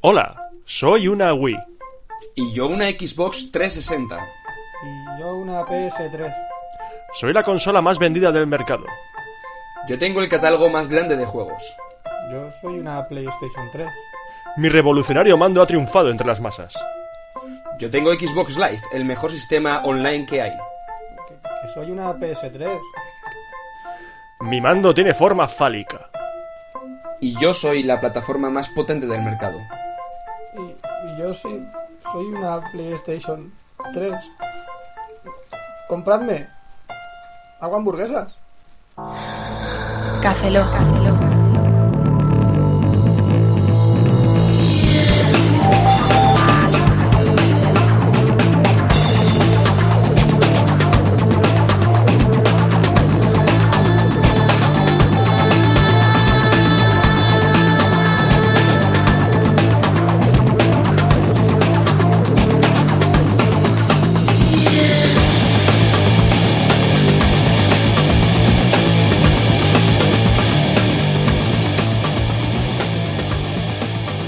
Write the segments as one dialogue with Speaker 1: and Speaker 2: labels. Speaker 1: Hola, soy una Wii.
Speaker 2: Y yo una Xbox 360.
Speaker 3: Y yo una PS3.
Speaker 1: Soy la consola más vendida del mercado.
Speaker 2: Yo tengo el catálogo más grande de juegos.
Speaker 3: Yo soy una PlayStation 3.
Speaker 1: Mi revolucionario mando ha triunfado entre las masas.
Speaker 2: Yo tengo Xbox Live, el mejor sistema online que hay.
Speaker 3: Que, que soy una PS3.
Speaker 1: Mi mando tiene forma fálica.
Speaker 2: Y yo soy la plataforma más potente del mercado.
Speaker 3: Y, y yo sí, soy una PlayStation 3. Compradme. Hago hamburguesas.
Speaker 4: Café Lock, Café Lock.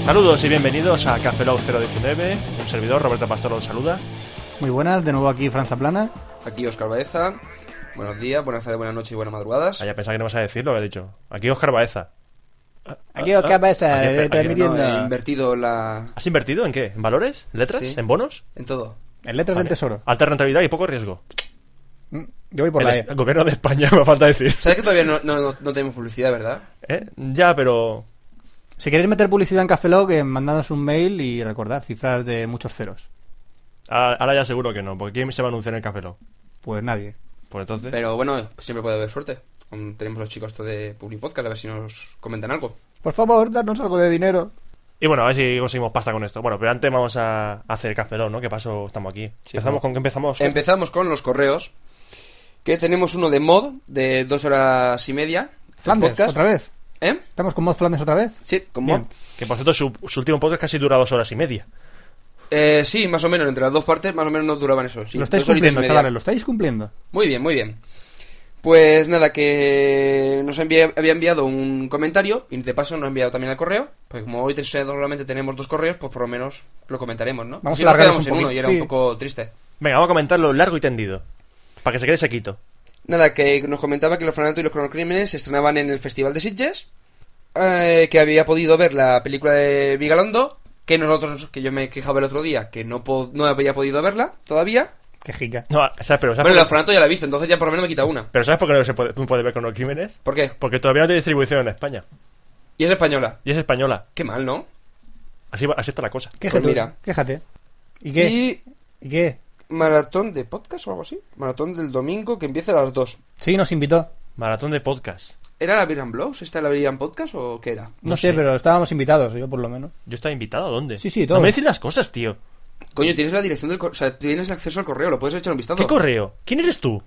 Speaker 1: Saludos y bienvenidos a Café Lock 019. Un servidor, Roberto Pastor, os saluda.
Speaker 3: Muy buenas, de nuevo aquí Franza Plana.
Speaker 2: Aquí Oscar Baeza. Buenos días, buenas tardes, buenas noches y buenas madrugadas.
Speaker 1: Ah, ya pensaba que no vas a decir lo que he dicho. Aquí Oscar Baeza. Ah,
Speaker 3: Aquí Oscar Baeza,
Speaker 1: aquí,
Speaker 3: eh,
Speaker 1: aquí,
Speaker 2: No,
Speaker 3: transmitiendo.
Speaker 2: he invertido la...
Speaker 1: ¿Has invertido en qué? ¿En valores? ¿Letras?
Speaker 2: Sí.
Speaker 1: ¿En bonos?
Speaker 2: en todo.
Speaker 3: En letras del tesoro.
Speaker 1: Alta rentabilidad y poco riesgo.
Speaker 3: Mm, Yo voy por
Speaker 1: el,
Speaker 3: la
Speaker 1: est-
Speaker 3: E.
Speaker 1: el gobierno de España me falta decir.
Speaker 2: ¿Sabes que todavía no, no- no- no tenemos publicidad, verdad?
Speaker 1: ¿Eh? Ya, pero.
Speaker 3: Si queréis meter publicidad en Café Lock, eh, mandadnos un mail y recordad cifras de muchos ceros.
Speaker 1: a- Ahora ya seguro que no, porque ¿quién se va a anunciar en el Café Lock?
Speaker 3: Pues nadie.
Speaker 1: Pues entonces.
Speaker 2: Pero bueno, siempre puede haber suerte. Aún Tenemos los chicos esto de Public Podcast, a ver si nos comentan algo.
Speaker 3: Por favor, darnos algo de dinero.
Speaker 1: Y bueno, a ver si conseguimos pasta con esto. Bueno, pero antes vamos a hacer Café Lock, ¿no? Que paso estamos aquí.
Speaker 2: Sí,
Speaker 1: ¿Empezamos
Speaker 2: bueno.
Speaker 1: con qué empezamos?
Speaker 2: Empezamos con los correos. Que tenemos uno de mod de dos horas y media. el
Speaker 3: Flandes,
Speaker 2: podcast.
Speaker 3: otra vez.
Speaker 2: ¿Eh?
Speaker 3: ¿Estamos con Mod Flandes otra vez?
Speaker 2: Sí, con mod.
Speaker 3: Bien.
Speaker 1: Que por cierto, su, su último podcast casi dura dos horas y media.
Speaker 2: Eh, sí, más o menos, entre las dos partes, más o menos nos duraban eso. sí,
Speaker 3: lo estáis
Speaker 2: dos horitas y
Speaker 3: cumpliendo,
Speaker 2: media.
Speaker 3: chavales, lo estáis cumpliendo.
Speaker 2: Muy bien, muy bien. Pues nada, que nos envía- había enviado un comentario y de paso nos ha enviado también el correo. Pues como hoy te- solamente tenemos dos correos, pues por lo menos lo comentaremos, ¿no?
Speaker 3: Vamos
Speaker 2: Así
Speaker 3: a
Speaker 2: nos
Speaker 3: alargarnos
Speaker 2: quedamos
Speaker 3: un
Speaker 2: en uno
Speaker 3: poquito,
Speaker 2: y era
Speaker 3: sí.
Speaker 2: un poco triste.
Speaker 1: Venga, vamos a comentarlo largo y tendido. Para que se quede sequito.
Speaker 2: Nada, que nos comentaba que los Fanatos y los Cronocrímenes se estrenaban en el Festival de Sitges, eh, que había podido ver la película de Vigalondo, que nosotros, que yo me quejaba el otro día, que no, po- no había podido verla todavía.
Speaker 3: Qué jica.
Speaker 1: No, ¿sabes? Pero, ¿sabes
Speaker 2: Bueno,
Speaker 1: por-
Speaker 2: los Fanatos ya la he visto, entonces ya por lo menos me quita una.
Speaker 1: pero ¿sabes por qué no se puede, no puede ver con los crímenes?
Speaker 2: ¿Por qué?
Speaker 1: Porque todavía no tiene distribución en España.
Speaker 2: Y es española.
Speaker 1: Y es española.
Speaker 2: Qué mal, ¿no?
Speaker 1: Así, va- así está la cosa.
Speaker 3: Quéjate,
Speaker 2: mira.
Speaker 3: quéjate. Pues ¿Y qué?
Speaker 2: Y
Speaker 3: ¿Y qué?
Speaker 2: maratón de podcast o algo así. Maratón del domingo que empieza a las 2.
Speaker 3: Sí, nos invitó.
Speaker 1: Maratón de podcast.
Speaker 2: ¿Era la Beer and Blows? ¿Esta la Beer and Podcast o qué era?
Speaker 3: No,
Speaker 1: No
Speaker 3: sé,
Speaker 1: sé.
Speaker 3: pero estábamos invitados, yo por lo menos.
Speaker 1: ¿Yo estaba invitado? ¿A dónde?
Speaker 3: Sí, sí,
Speaker 1: todo.
Speaker 3: todos.
Speaker 1: No me decís las cosas, tío.
Speaker 2: Coño, tienes la dirección del correo. O sea, tienes acceso al correo, lo puedes echar un vistazo.
Speaker 1: ¿Qué correo? ¿Quién eres tú?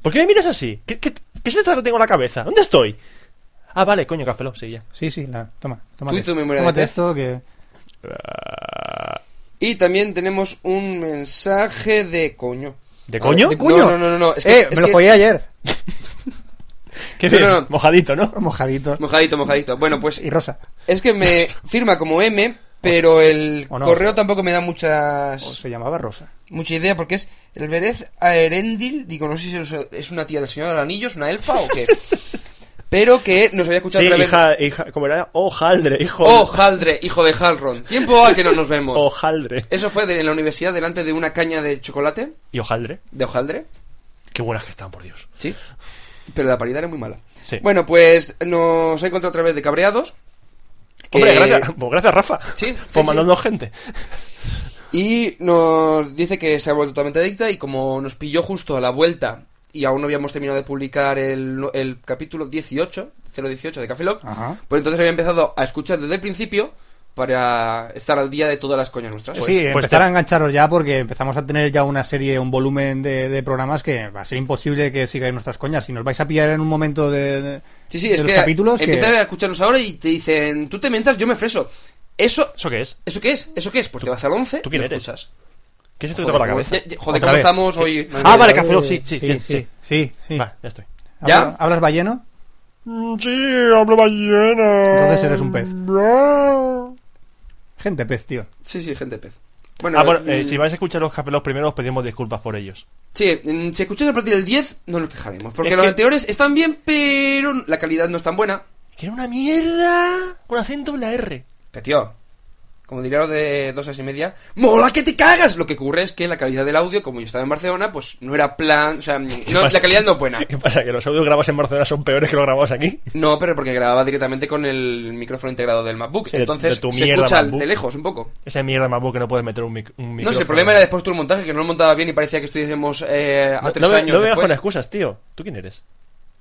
Speaker 1: ¿Por qué me miras así? ¿Qué, qué, qué se te tengo en la cabeza? ¿Dónde estoy? Ah, vale, coño, Café Lock, sí, ya.
Speaker 3: Sí, sí, la, toma.
Speaker 2: Tú
Speaker 3: Tómate,
Speaker 2: y tu memoria de
Speaker 3: tómate
Speaker 2: pez.
Speaker 3: esto que...
Speaker 2: Y también tenemos un mensaje de coño.
Speaker 1: ¿De
Speaker 2: A
Speaker 1: coño?
Speaker 2: ver,
Speaker 1: ¿De
Speaker 3: ¡Cuño!
Speaker 2: No, no, no, no. Es que,
Speaker 3: ¡Eh!
Speaker 2: es
Speaker 3: me lo
Speaker 2: que-
Speaker 3: follé ayer.
Speaker 1: Qué
Speaker 2: No,
Speaker 1: bien,
Speaker 2: no, no.
Speaker 1: mojadito, ¿no?
Speaker 3: Mojadito.
Speaker 2: Mojadito, mojadito. Bueno, pues
Speaker 3: Y rosa.
Speaker 2: es que me firma como M, pero el
Speaker 3: O no, Oh,
Speaker 2: correo
Speaker 3: o sea.
Speaker 2: tampoco me da muchas.
Speaker 3: O se llamaba rosa.
Speaker 2: mucha idea porque es el Berez Aerendil. Digo, no sé si es- es una tía del Señor de los Anillos, una elfa o qué. Pero que nos había escuchado
Speaker 1: Sí,
Speaker 2: otra vez.
Speaker 1: hija, hija, ¿cómo era? Ojaldre, hijo.
Speaker 2: Oh, Haldre, hijo de Halron. Tiempo a que no nos vemos.
Speaker 3: Oh,
Speaker 1: Ojaldre.
Speaker 2: Eso fue de- en la universidad delante de una caña de chocolate
Speaker 1: Y ojaldre.
Speaker 2: de hojaldre.
Speaker 1: Qué buenas que están, por Dios.
Speaker 2: Sí. Pero la paridad era muy mala.
Speaker 1: Sí.
Speaker 2: Bueno, pues nos ha encontrado otra vez de cabreados. que-
Speaker 1: Hombre, gracias, pues gracias Rafa.
Speaker 2: Sí, sí,
Speaker 1: Por mandando gente.
Speaker 2: Y nos dice que se ha vuelto totalmente adicta y como nos pilló justo a la vuelta y aún no habíamos terminado de publicar el, el capítulo 18, 018 de Café
Speaker 1: Ah.
Speaker 2: Lock,
Speaker 3: Ajá.
Speaker 2: pues entonces había empezado a escuchar desde el principio para estar al día de todas las coñas nuestras.
Speaker 3: sí,
Speaker 1: pues
Speaker 3: empezar
Speaker 1: te-
Speaker 3: a engancharos ya porque empezamos a tener ya una serie, un volumen de, de programas que va a ser imposible que sigáis nuestras coñas. Si nos vais a pillar en un momento de, de-
Speaker 2: Sí, sí,
Speaker 3: de
Speaker 2: es
Speaker 3: los
Speaker 2: que
Speaker 3: capítulos que-
Speaker 2: empiezan a escucharnos ahora y te dicen, tú te mientas, yo me freso. Eso,
Speaker 1: ¿Eso qué es?
Speaker 2: ¿eso qué es? ¿Eso qué es? Pues te vas al 11
Speaker 1: tú quién
Speaker 2: y lo
Speaker 1: eres?
Speaker 2: escuchas.
Speaker 1: ¿Qué es esto que tengo en la
Speaker 2: cómo-
Speaker 1: cabeza?
Speaker 2: ya- ya- joder,
Speaker 1: Otra
Speaker 2: ¿cómo
Speaker 1: vez.
Speaker 2: estamos hoy?
Speaker 1: Ah, vale,
Speaker 2: Eh,
Speaker 1: Café Lock, sí, sí, bien, sí.
Speaker 3: sí, sí, sí.
Speaker 1: Va, ya estoy.
Speaker 2: ¿Ya?
Speaker 3: ¿Habla- ¿Hablas balleno?
Speaker 1: Sí, Mm, hablo ballena.
Speaker 3: Entonces eres un pez. Gente pez, tío.
Speaker 2: Sí, sí, gente pez. Bueno,
Speaker 1: ah, bueno, eh,
Speaker 2: mm,
Speaker 1: si vais a escuchar los, cap- los primeros, pedimos disculpas por ellos.
Speaker 2: Sí, mm, si escucháis a partir del 10, no nos quejaremos. Porque
Speaker 1: Es
Speaker 2: los
Speaker 1: que-
Speaker 2: anteriores están bien, pero la calidad no es tan buena.
Speaker 1: Que era una mierda. Con acento en la R.
Speaker 2: Que tío, como diría lo de dos horas y media, ¡mola que te cagas! Lo que ocurre es que la calidad del audio, como yo estaba en Barcelona, pues no era plan. O sea, no,
Speaker 1: pasa?
Speaker 2: la calidad no es buena.
Speaker 1: ¿Qué pasa? ¿Que los audios grabados en Barcelona son peores que los grabados aquí?
Speaker 2: No, pero porque grababa directamente con el micrófono integrado del MacBook.
Speaker 1: Sí, de-
Speaker 2: entonces
Speaker 1: de tu
Speaker 2: se
Speaker 1: mierda
Speaker 2: escucha
Speaker 1: MacBook.
Speaker 2: de lejos un poco.
Speaker 1: Esa mierda más que no puedes meter un, mic- un micrófono.
Speaker 2: No sé, el problema era después todo el montaje, que no lo montaba bien y parecía que estuviésemos eh, a
Speaker 1: No-
Speaker 2: tres
Speaker 1: no, me-
Speaker 2: años
Speaker 1: No me vengas
Speaker 2: después.
Speaker 1: con excusas, tío. ¿Tú quién eres?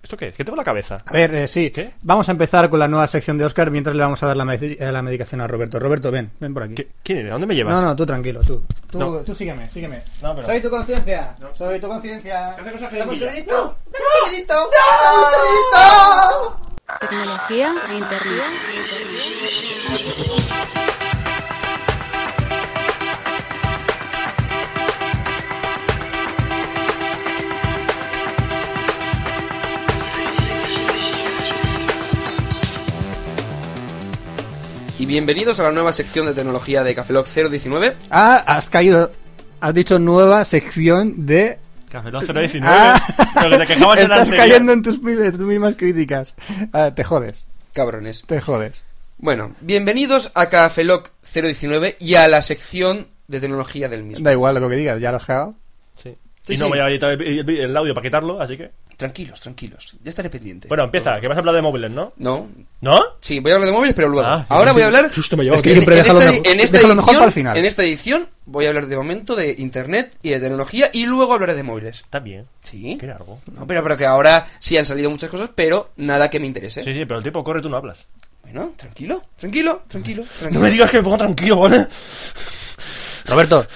Speaker 1: ¿Esto qué es? ¿Qué tengo en la cabeza?
Speaker 3: A ver, eh, sí.
Speaker 1: ¿Qué?
Speaker 3: Vamos a empezar con la nueva sección de Oscar mientras le vamos a dar la, medic- eh, la medicación a Roberto. Roberto, ven, ven por aquí.
Speaker 1: ¿Qué- ¿Quién eres? ¿A dónde me llevas?
Speaker 3: No, no, tú tranquilo, tú. Tú,
Speaker 1: No.
Speaker 3: tú sígueme, sígueme.
Speaker 1: No, pero-
Speaker 3: Soy tu conciencia. Soy tu conciencia.
Speaker 1: ¿Qué hace cosa
Speaker 3: Dame un
Speaker 1: jeringuilla?
Speaker 3: sonidito. Dame un sonidito. Dame un sonidito.
Speaker 4: Tecnología e internet.
Speaker 2: Y bienvenidos a la nueva sección de tecnología de Cafeloc 019.
Speaker 3: Ah, has caído. Has dicho nueva sección de.
Speaker 1: Café Lock 019.
Speaker 3: Ah,
Speaker 1: Lo que te quejabas en la
Speaker 3: estás
Speaker 1: anterior.
Speaker 3: cayendo en tus, mil- tus mismas críticas. Ah, te jodes,
Speaker 2: Cabrones.
Speaker 3: te jodes.
Speaker 2: Bueno, bienvenidos a Cafeloc 019 y a la sección de tecnología del mismo.
Speaker 3: Da igual lo que digas, ya lo has cagado.
Speaker 1: Sí.
Speaker 2: Sí,
Speaker 1: y no
Speaker 2: sí.
Speaker 1: voy a editar el, el- el audio para quitarlo, así que.
Speaker 2: Tranquilos, tranquilos. Ya estaré pendiente.
Speaker 1: Bueno, empieza, que vas a hablar de móviles, ¿no?
Speaker 2: No.
Speaker 1: ¿no?
Speaker 2: Sí, voy a hablar de móviles, pero luego.
Speaker 1: Ah,
Speaker 2: Ahora
Speaker 1: sí,
Speaker 2: voy a
Speaker 1: sí.
Speaker 2: hablar.
Speaker 1: Susto me llevo.
Speaker 3: Es que
Speaker 2: en-
Speaker 3: siempre
Speaker 2: en
Speaker 3: deja lo
Speaker 2: esta-
Speaker 3: mejor-
Speaker 2: en esta
Speaker 3: deja lo mejor
Speaker 2: edición-
Speaker 3: para el final.
Speaker 2: En esta edición voy a hablar de momento de internet y de tecnología y luego hablaré de móviles.
Speaker 1: Está bien.
Speaker 2: Sí.
Speaker 1: Qué largo.
Speaker 2: No, pero, pero que ahora sí han salido muchas cosas, pero nada que me interese.
Speaker 1: Sí, sí, pero el tiempo corre y tú no hablas.
Speaker 2: Bueno, tranquilo, tranquilo, tranquilo, tranquilo.
Speaker 1: No me digas que me pongo tranquilo, ¿vale?
Speaker 3: Roberto,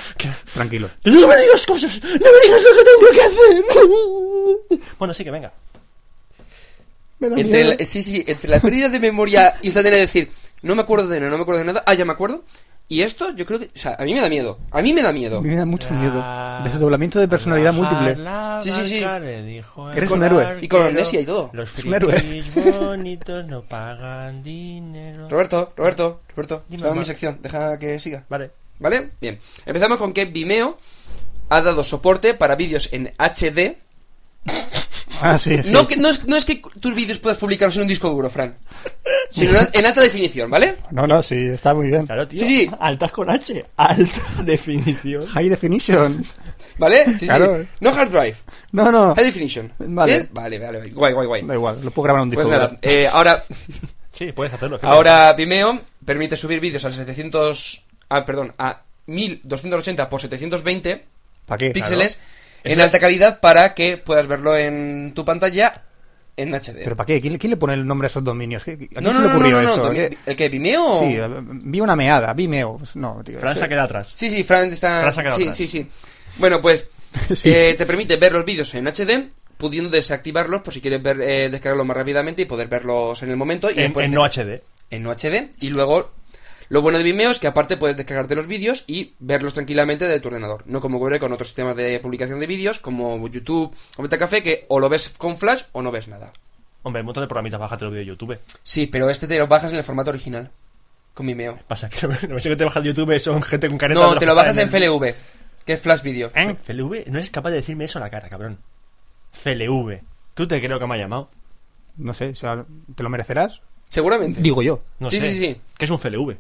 Speaker 3: tranquilo.
Speaker 1: No me digas cosas, no me digas lo que tengo que hacer. Bueno, sí que venga.
Speaker 2: Entre la- sí, sí, entre la pérdida de memoria instantánea de decir, no me acuerdo de nada, no me acuerdo de nada, ah, ya me acuerdo. Y esto, yo creo que. O sea, a mí me da miedo. A mí me da miedo.
Speaker 3: Me da mucho miedo. Desdoblamiento de personalidad múltiple.
Speaker 2: Sí, sí, sí.
Speaker 3: Eres un héroe.
Speaker 2: Y con amnesia y todo.
Speaker 1: Los
Speaker 3: un héroe.
Speaker 1: frikis bonitos no pagan dinero.
Speaker 2: Roberto, Roberto, Roberto,
Speaker 1: Dime,
Speaker 2: estaba en mi
Speaker 1: Mar-
Speaker 2: sección, deja que siga.
Speaker 1: Vale.
Speaker 2: ¿Vale? Bien. Empezamos con que Vimeo ha dado soporte para vídeos en HD.
Speaker 3: Ah, sí, sí.
Speaker 2: No, que, no, es, no es que tus vídeos puedas publicarlos en un disco duro, Fran. Sino en, en alta definición, ¿vale?
Speaker 3: no, no, sí, está muy bien.
Speaker 1: Claro, tío.
Speaker 2: Sí, sí.
Speaker 1: Altas con H. Alta definición.
Speaker 3: High definition.
Speaker 2: ¿Vale? Sí, sí.
Speaker 3: Claro.
Speaker 2: No hard drive.
Speaker 3: No, no.
Speaker 2: High definition.
Speaker 3: Vale.
Speaker 2: Bien. Vale, vale, vale. Guay, guay, guay.
Speaker 3: Da igual, lo puedo grabar en un disco.
Speaker 2: Pues nada,
Speaker 3: duro.
Speaker 2: eh, ahora,
Speaker 1: Sí, puedes hacerlo. ¿qué
Speaker 2: ahora Vimeo permite subir vídeos a 700. Ah, perdón, a 1280 por 720
Speaker 3: ¿Para qué?
Speaker 2: píxeles en
Speaker 1: Eso-
Speaker 2: alta calidad para que puedas verlo en tu pantalla en HD.
Speaker 3: ¿Pero para qué? ¿Quién, le- quién le pone el nombre a esos dominios? ¿Qué- qué- ¿A quién
Speaker 2: No,
Speaker 3: se
Speaker 2: no,
Speaker 3: le
Speaker 2: no,
Speaker 3: ocurrió
Speaker 2: no, no,
Speaker 3: eso?
Speaker 2: no,
Speaker 3: ¿Qué-
Speaker 2: ¿El el que Vimeo?
Speaker 3: Sí, eh, vi una meada, vi meo. pues, No, tío.
Speaker 1: Fran se
Speaker 3: sí.
Speaker 1: queda atrás.
Speaker 2: Sí, sí, Fran está.
Speaker 1: Fran se ha quedado
Speaker 2: sí,
Speaker 1: atrás.
Speaker 2: sí, sí. Bueno, pues
Speaker 3: Sí.
Speaker 2: eh, te permite ver los vídeos en HD, pudiendo desactivarlos por si quieres ver, eh, descargarlos más rápidamente y poder verlos en el momento. Y
Speaker 1: En,
Speaker 2: después
Speaker 1: en
Speaker 2: te-
Speaker 1: no HD.
Speaker 2: en no HD. Y luego, lo bueno de Vimeo es que aparte puedes descargarte los vídeos y verlos tranquilamente de tu ordenador. No como ocurre con otros sistemas de publicación de vídeos como YouTube o Metacafé, que o lo ves con Flash o no ves nada.
Speaker 1: Hombre, hay un montón de programitas, bájate los vídeos de YouTube.
Speaker 2: Sí, pero este te lo bajas en el formato original. Con Vimeo.
Speaker 1: Pasa que no me sé que te bajas de YouTube, son gente con caretas.
Speaker 2: No, te lo bajas en FLV, que es Flash Video.
Speaker 1: FLV. FLV, ¿Eh? no eres capaz de decirme eso a la cara, cabrón. FLV. Tú te creo que me ha llamado.
Speaker 3: No sé, o sea, ¿te lo merecerás?
Speaker 2: Seguramente.
Speaker 3: Digo yo.
Speaker 1: No
Speaker 2: Sí,
Speaker 1: sé.
Speaker 2: sí, sí.
Speaker 1: ¿Qué es un FLV?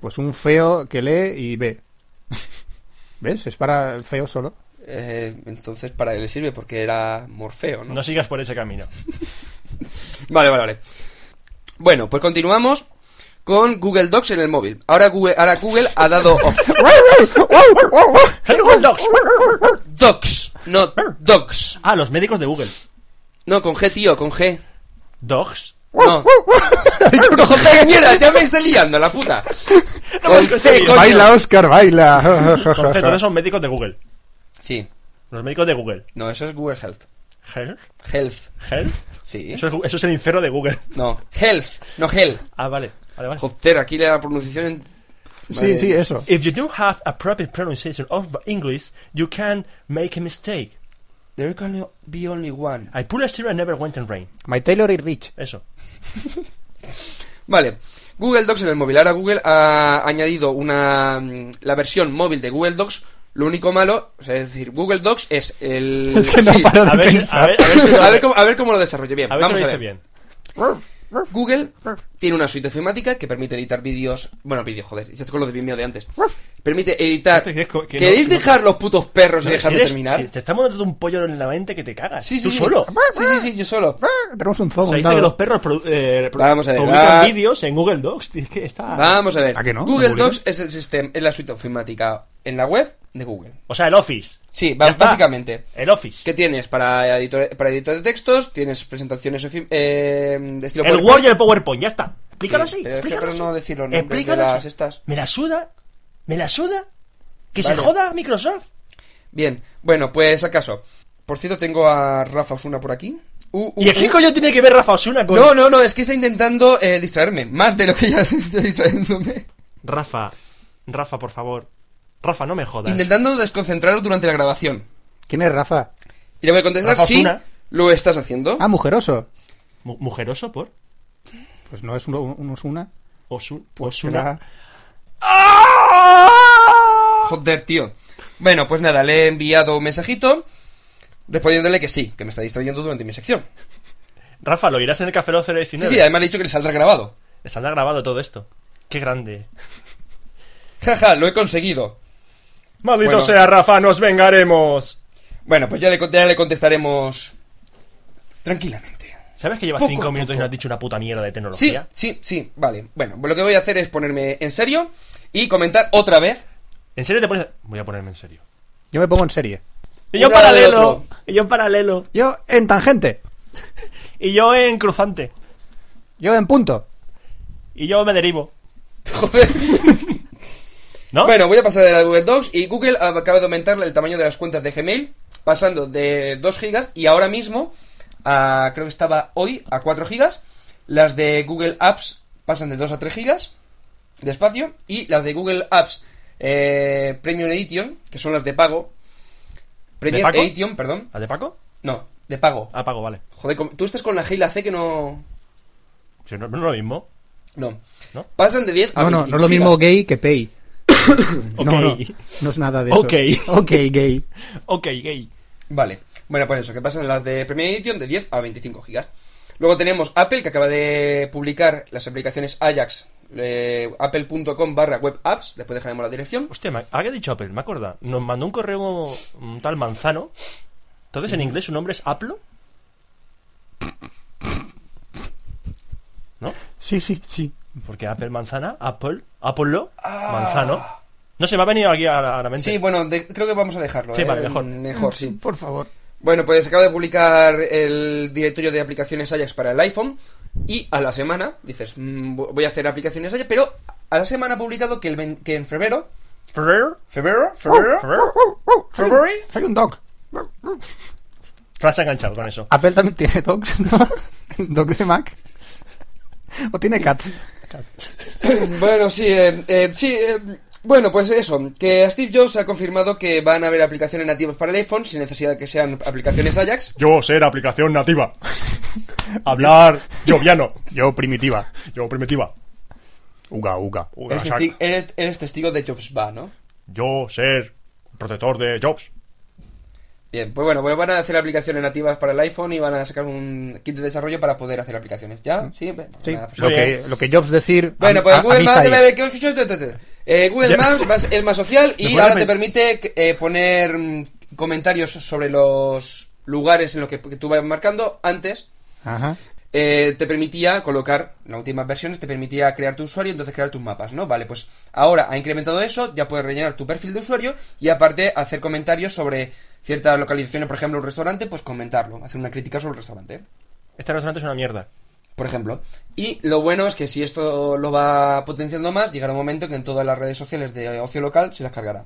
Speaker 3: Pues un feo que lee y ve. ¿Ves? Es para el feo solo.
Speaker 2: Eh, entonces para él le sirve porque era Morfeo, ¿no?
Speaker 1: No sigas por ese camino.
Speaker 2: Vale, vale, vale. Bueno, pues continuamos con Google Docs en el móvil. Ahora Google, ahora Google ha dado op-
Speaker 1: ¡Hey, Google Docs!
Speaker 2: Docs, no Docs.
Speaker 1: Ah, los médicos de Google.
Speaker 2: No, con G, tío, con G.
Speaker 1: ¿Dogs?
Speaker 2: No. Con J de mierda, ya me estoy liando, la puta. Con C, coño.
Speaker 3: Baila, Oscar, baila.
Speaker 1: Con C, todos son médicos de Google.
Speaker 2: Sí,
Speaker 1: Los médicos de Google.
Speaker 2: no, eso es Google Health.
Speaker 1: ¿Health?
Speaker 2: Health,
Speaker 1: ¿Health?
Speaker 2: sí.
Speaker 1: Eso, es, eso es el infierno de Google.
Speaker 2: No, Health, no Hell.
Speaker 1: Ah, vale. Vale, vale.
Speaker 2: Joder, aquí la pronunciación en...
Speaker 3: sí, sí, eso.
Speaker 1: If you don't have a proper pronunciation of English, you can make a mistake.
Speaker 2: There can be only one.
Speaker 1: I pull a zero and never went in rain.
Speaker 3: My Taylor y Rich.
Speaker 1: Eso.
Speaker 2: Vale, Google Docs en el móvil. Ahora Google ha añadido una mm, la versión móvil de Google Docs. Lo único malo, o sea, es decir, Google Docs es el...
Speaker 3: Es que no
Speaker 2: sí.
Speaker 3: paro
Speaker 1: A
Speaker 3: de
Speaker 1: ver,
Speaker 3: pensar.
Speaker 1: a ver, a ver si lo-
Speaker 2: a, ver cómo, a ver cómo lo desarrollo. Bien,
Speaker 1: a ver si
Speaker 2: vamos
Speaker 1: lo
Speaker 2: a
Speaker 1: hice
Speaker 2: ver. Pues
Speaker 1: bien.
Speaker 2: Google tiene una suite ofimática que permite editar vídeos. Bueno, vídeos, joder, ya estoy con los de Vimeo de antes. Permite editar.
Speaker 1: Esto es que no- que
Speaker 2: ¿Queréis
Speaker 1: no-
Speaker 2: dejar los putos perros y
Speaker 1: No, si
Speaker 2: dejarme
Speaker 1: eres-
Speaker 2: terminar?
Speaker 1: si te está montando un pollo en la mente que te cagas.
Speaker 2: Sí, Ah, sí,
Speaker 1: Tú
Speaker 2: sí.
Speaker 1: solo.
Speaker 2: Sí, sí, sí, yo solo.
Speaker 3: Ah, Tenemos un zoo
Speaker 1: O sea, dice
Speaker 3: montado.
Speaker 1: que los perros produ- eh, produ-
Speaker 2: Vamos a ver,
Speaker 1: publican
Speaker 2: va.
Speaker 1: vídeos en Google Docs. tío, Es que está...
Speaker 2: Vamos a ver.
Speaker 3: ¿A que no?
Speaker 2: Google
Speaker 3: ¿No publican?
Speaker 2: Docs es el sistema, es la suite ofimática en la web de Google.
Speaker 1: O sea, el Office.
Speaker 2: Sí,
Speaker 1: Ya
Speaker 2: va-
Speaker 1: está.
Speaker 2: básicamente.
Speaker 1: El Office.
Speaker 2: ¿Qué tienes para editor, para editor de textos? Tienes presentaciones ofi- eh, de estilo
Speaker 1: El
Speaker 2: PowerPoint.
Speaker 1: Word y el PowerPoint, ya está. Explícalo
Speaker 2: Sí,
Speaker 1: así.
Speaker 2: pero es que
Speaker 1: explícalo
Speaker 2: para
Speaker 1: así.
Speaker 2: no decir los nombres de
Speaker 1: Explícalo
Speaker 2: las
Speaker 1: así.
Speaker 2: estas.
Speaker 1: Me la suda. Me la suda. Que se
Speaker 2: Vale.
Speaker 1: joda Microsoft.
Speaker 2: Bien, bueno, pues acaso. Por cierto, tengo a Rafa Osuna por aquí. Uh, uh,
Speaker 1: ¿Y qué
Speaker 2: uh.
Speaker 1: coño tiene que ver Rafa Osuna con
Speaker 2: No, no, no, es que está intentando eh, distraerme, más de lo que ya está distrayéndome.
Speaker 1: Rafa? Rafa, por favor. Rafa, no me jodas.
Speaker 2: Intentando desconcentrarlo durante la grabación.
Speaker 3: ¿Quién es Rafa?
Speaker 2: Y le voy a contestar
Speaker 1: Rafa
Speaker 2: si
Speaker 1: Osuna.
Speaker 2: lo estás haciendo.
Speaker 3: Ah, mujeroso.
Speaker 1: Mu- ¿Mujeroso por?
Speaker 3: Pues no es un, un Osuna.
Speaker 2: Pues
Speaker 1: Osu-
Speaker 3: Será-
Speaker 1: Osuna.
Speaker 2: Joder, tío. Bueno, pues nada, le he enviado un mensajito respondiéndole que sí, que me está distrayendo durante mi sección.
Speaker 1: Rafa, lo irás en el Café Lock 019.
Speaker 2: Sí, sí, además le he dicho que le saldrá grabado.
Speaker 1: Les habrá grabado todo esto. Qué grande.
Speaker 2: Jaja, lo he conseguido.
Speaker 1: Maldito
Speaker 2: Bueno.
Speaker 1: sea, Rafa, nos vengaremos.
Speaker 2: Bueno, pues ya le, con- ya le contestaremos tranquilamente.
Speaker 1: ¿Sabes que llevas
Speaker 2: Poco a
Speaker 1: 5 minutos y
Speaker 2: poco.
Speaker 1: no has dicho una puta mierda de
Speaker 2: Sí,
Speaker 1: tecnología?
Speaker 2: sí, sí, vale. Bueno, pues lo que voy a hacer es ponerme en serio y comentar otra vez
Speaker 1: ¿En serio te pones.? Voy a ponerme en serio.
Speaker 3: Yo me pongo en serie.
Speaker 1: Y yo en
Speaker 2: Una del
Speaker 1: paralelo.
Speaker 2: otro.
Speaker 1: Y yo en paralelo.
Speaker 3: Yo en tangente.
Speaker 1: Y yo en cruzante.
Speaker 3: Yo en punto.
Speaker 1: Y yo me derivo.
Speaker 2: Joder.
Speaker 1: ¿No?
Speaker 2: Bueno, voy a pasar de la Google Docs y Google acaba de aumentar el tamaño de las cuentas de Gmail, pasando de 2 gigas y ahora mismo, a, creo que estaba hoy, a 4 gigas. Las de Google Apps pasan de 2 a 3 gigas de espacio y las de Google Apps eh, Premium Edition, que son las de pago. Premium
Speaker 1: pago?
Speaker 2: Edition, perdón.
Speaker 1: ¿Al de Paco?
Speaker 2: No, de pago.
Speaker 1: Ah, Paco, vale.
Speaker 2: Joder, como- tú estás con la G y la C que no...
Speaker 1: Si no, no es lo mismo.
Speaker 2: No.
Speaker 1: ¿No?
Speaker 2: Pasan de 10 a
Speaker 3: Ah, No, no,
Speaker 2: 25
Speaker 3: no es lo mismo
Speaker 2: gigas.
Speaker 3: gay que pay.
Speaker 1: Ok.
Speaker 3: No, no, no es nada de eso.
Speaker 1: Ok.
Speaker 3: Ok, gay.
Speaker 1: Ok, gay.
Speaker 2: Vale. Bueno, pues eso, que pasan las de Premium Edition de 10 a 25 gigas. Luego tenemos Apple, que acaba de publicar las aplicaciones Ajax, eh, apple.com barra web apps, después dejaremos la dirección.
Speaker 1: Hostia, me- ¿a qué ha dicho Apple? Me acuerda. Nos mandó un correo un tal Manzano. Entonces en inglés su nombre es Aplo. ¿No?
Speaker 3: Sí, sí, sí.
Speaker 1: Porque Apple manzana, Apple, Apollo, manzano. No se me ha venido aquí a la, a la mente.
Speaker 2: Sí, bueno, de- creo que vamos a dejarlo.
Speaker 1: Sí,
Speaker 2: ¿eh?
Speaker 1: vale, mejor.
Speaker 2: Mejor, sí.
Speaker 3: Por favor.
Speaker 2: Bueno, pues acaba de publicar el directorio de aplicaciones Ajax para el iPhone y a la semana, dices, mm, vo- voy a hacer aplicaciones Ajax, pero a la semana ha publicado que, el ven- que en febrero,
Speaker 1: Ferrer,
Speaker 2: febrero, febrero,
Speaker 1: Ferrer.
Speaker 2: February,
Speaker 3: Soy un dog.
Speaker 1: Fran se ha enganchado con eso.
Speaker 3: Apple también tiene dogs, ¿no? Dog de Mac. O tiene cats.
Speaker 2: Bueno, sí, eh, eh, sí. eh, bueno, pues eso, que Steve Jobs ha confirmado que van a haber aplicaciones nativas para el iPhone sin necesidad de que sean aplicaciones Ajax.
Speaker 1: Yo ser aplicación nativa. Hablar lloviano.
Speaker 3: Yo primitiva.
Speaker 1: Yo primitiva.
Speaker 3: Uga, uga.
Speaker 2: Eres, testi- eres- eres testigo de Jobs va, ¿no?
Speaker 1: Yo ser protector de Jobs.
Speaker 2: Bien, pues bueno, pues van a hacer aplicaciones nativas para el iPhone y van a sacar un kit de desarrollo para poder hacer aplicaciones. ¿Ya? Sí, Bueno,
Speaker 3: Mm. Sí,
Speaker 2: nada, pues-
Speaker 3: lo, que, lo que Jobs decir.
Speaker 2: Bueno,
Speaker 3: a-
Speaker 2: pues
Speaker 3: a- a
Speaker 2: Google
Speaker 3: mí
Speaker 2: Maps,
Speaker 3: sale.
Speaker 2: eh, Google
Speaker 1: Ya.
Speaker 2: Maps vas- es más social y
Speaker 1: puedes
Speaker 2: ahora te
Speaker 1: met-
Speaker 2: permite eh, poner mm, comentarios sobre los lugares en los que, que tú vas marcando antes.
Speaker 3: Ajá.
Speaker 2: eh, te permitía colocar, en las últimas versiones, te permitía crear tu usuario y entonces crear tus mapas, ¿no? Vale, pues ahora ha incrementado eso, ya puedes rellenar tu perfil de usuario y aparte hacer comentarios sobre ciertas localizaciones, por ejemplo, un restaurante, pues comentarlo, hacer una crítica sobre el restaurante,
Speaker 1: Este restaurante es una mierda.
Speaker 2: por ejemplo. Y lo bueno es que si esto lo va potenciando más, llegará un momento que en todas las redes sociales de ocio local se las cargará.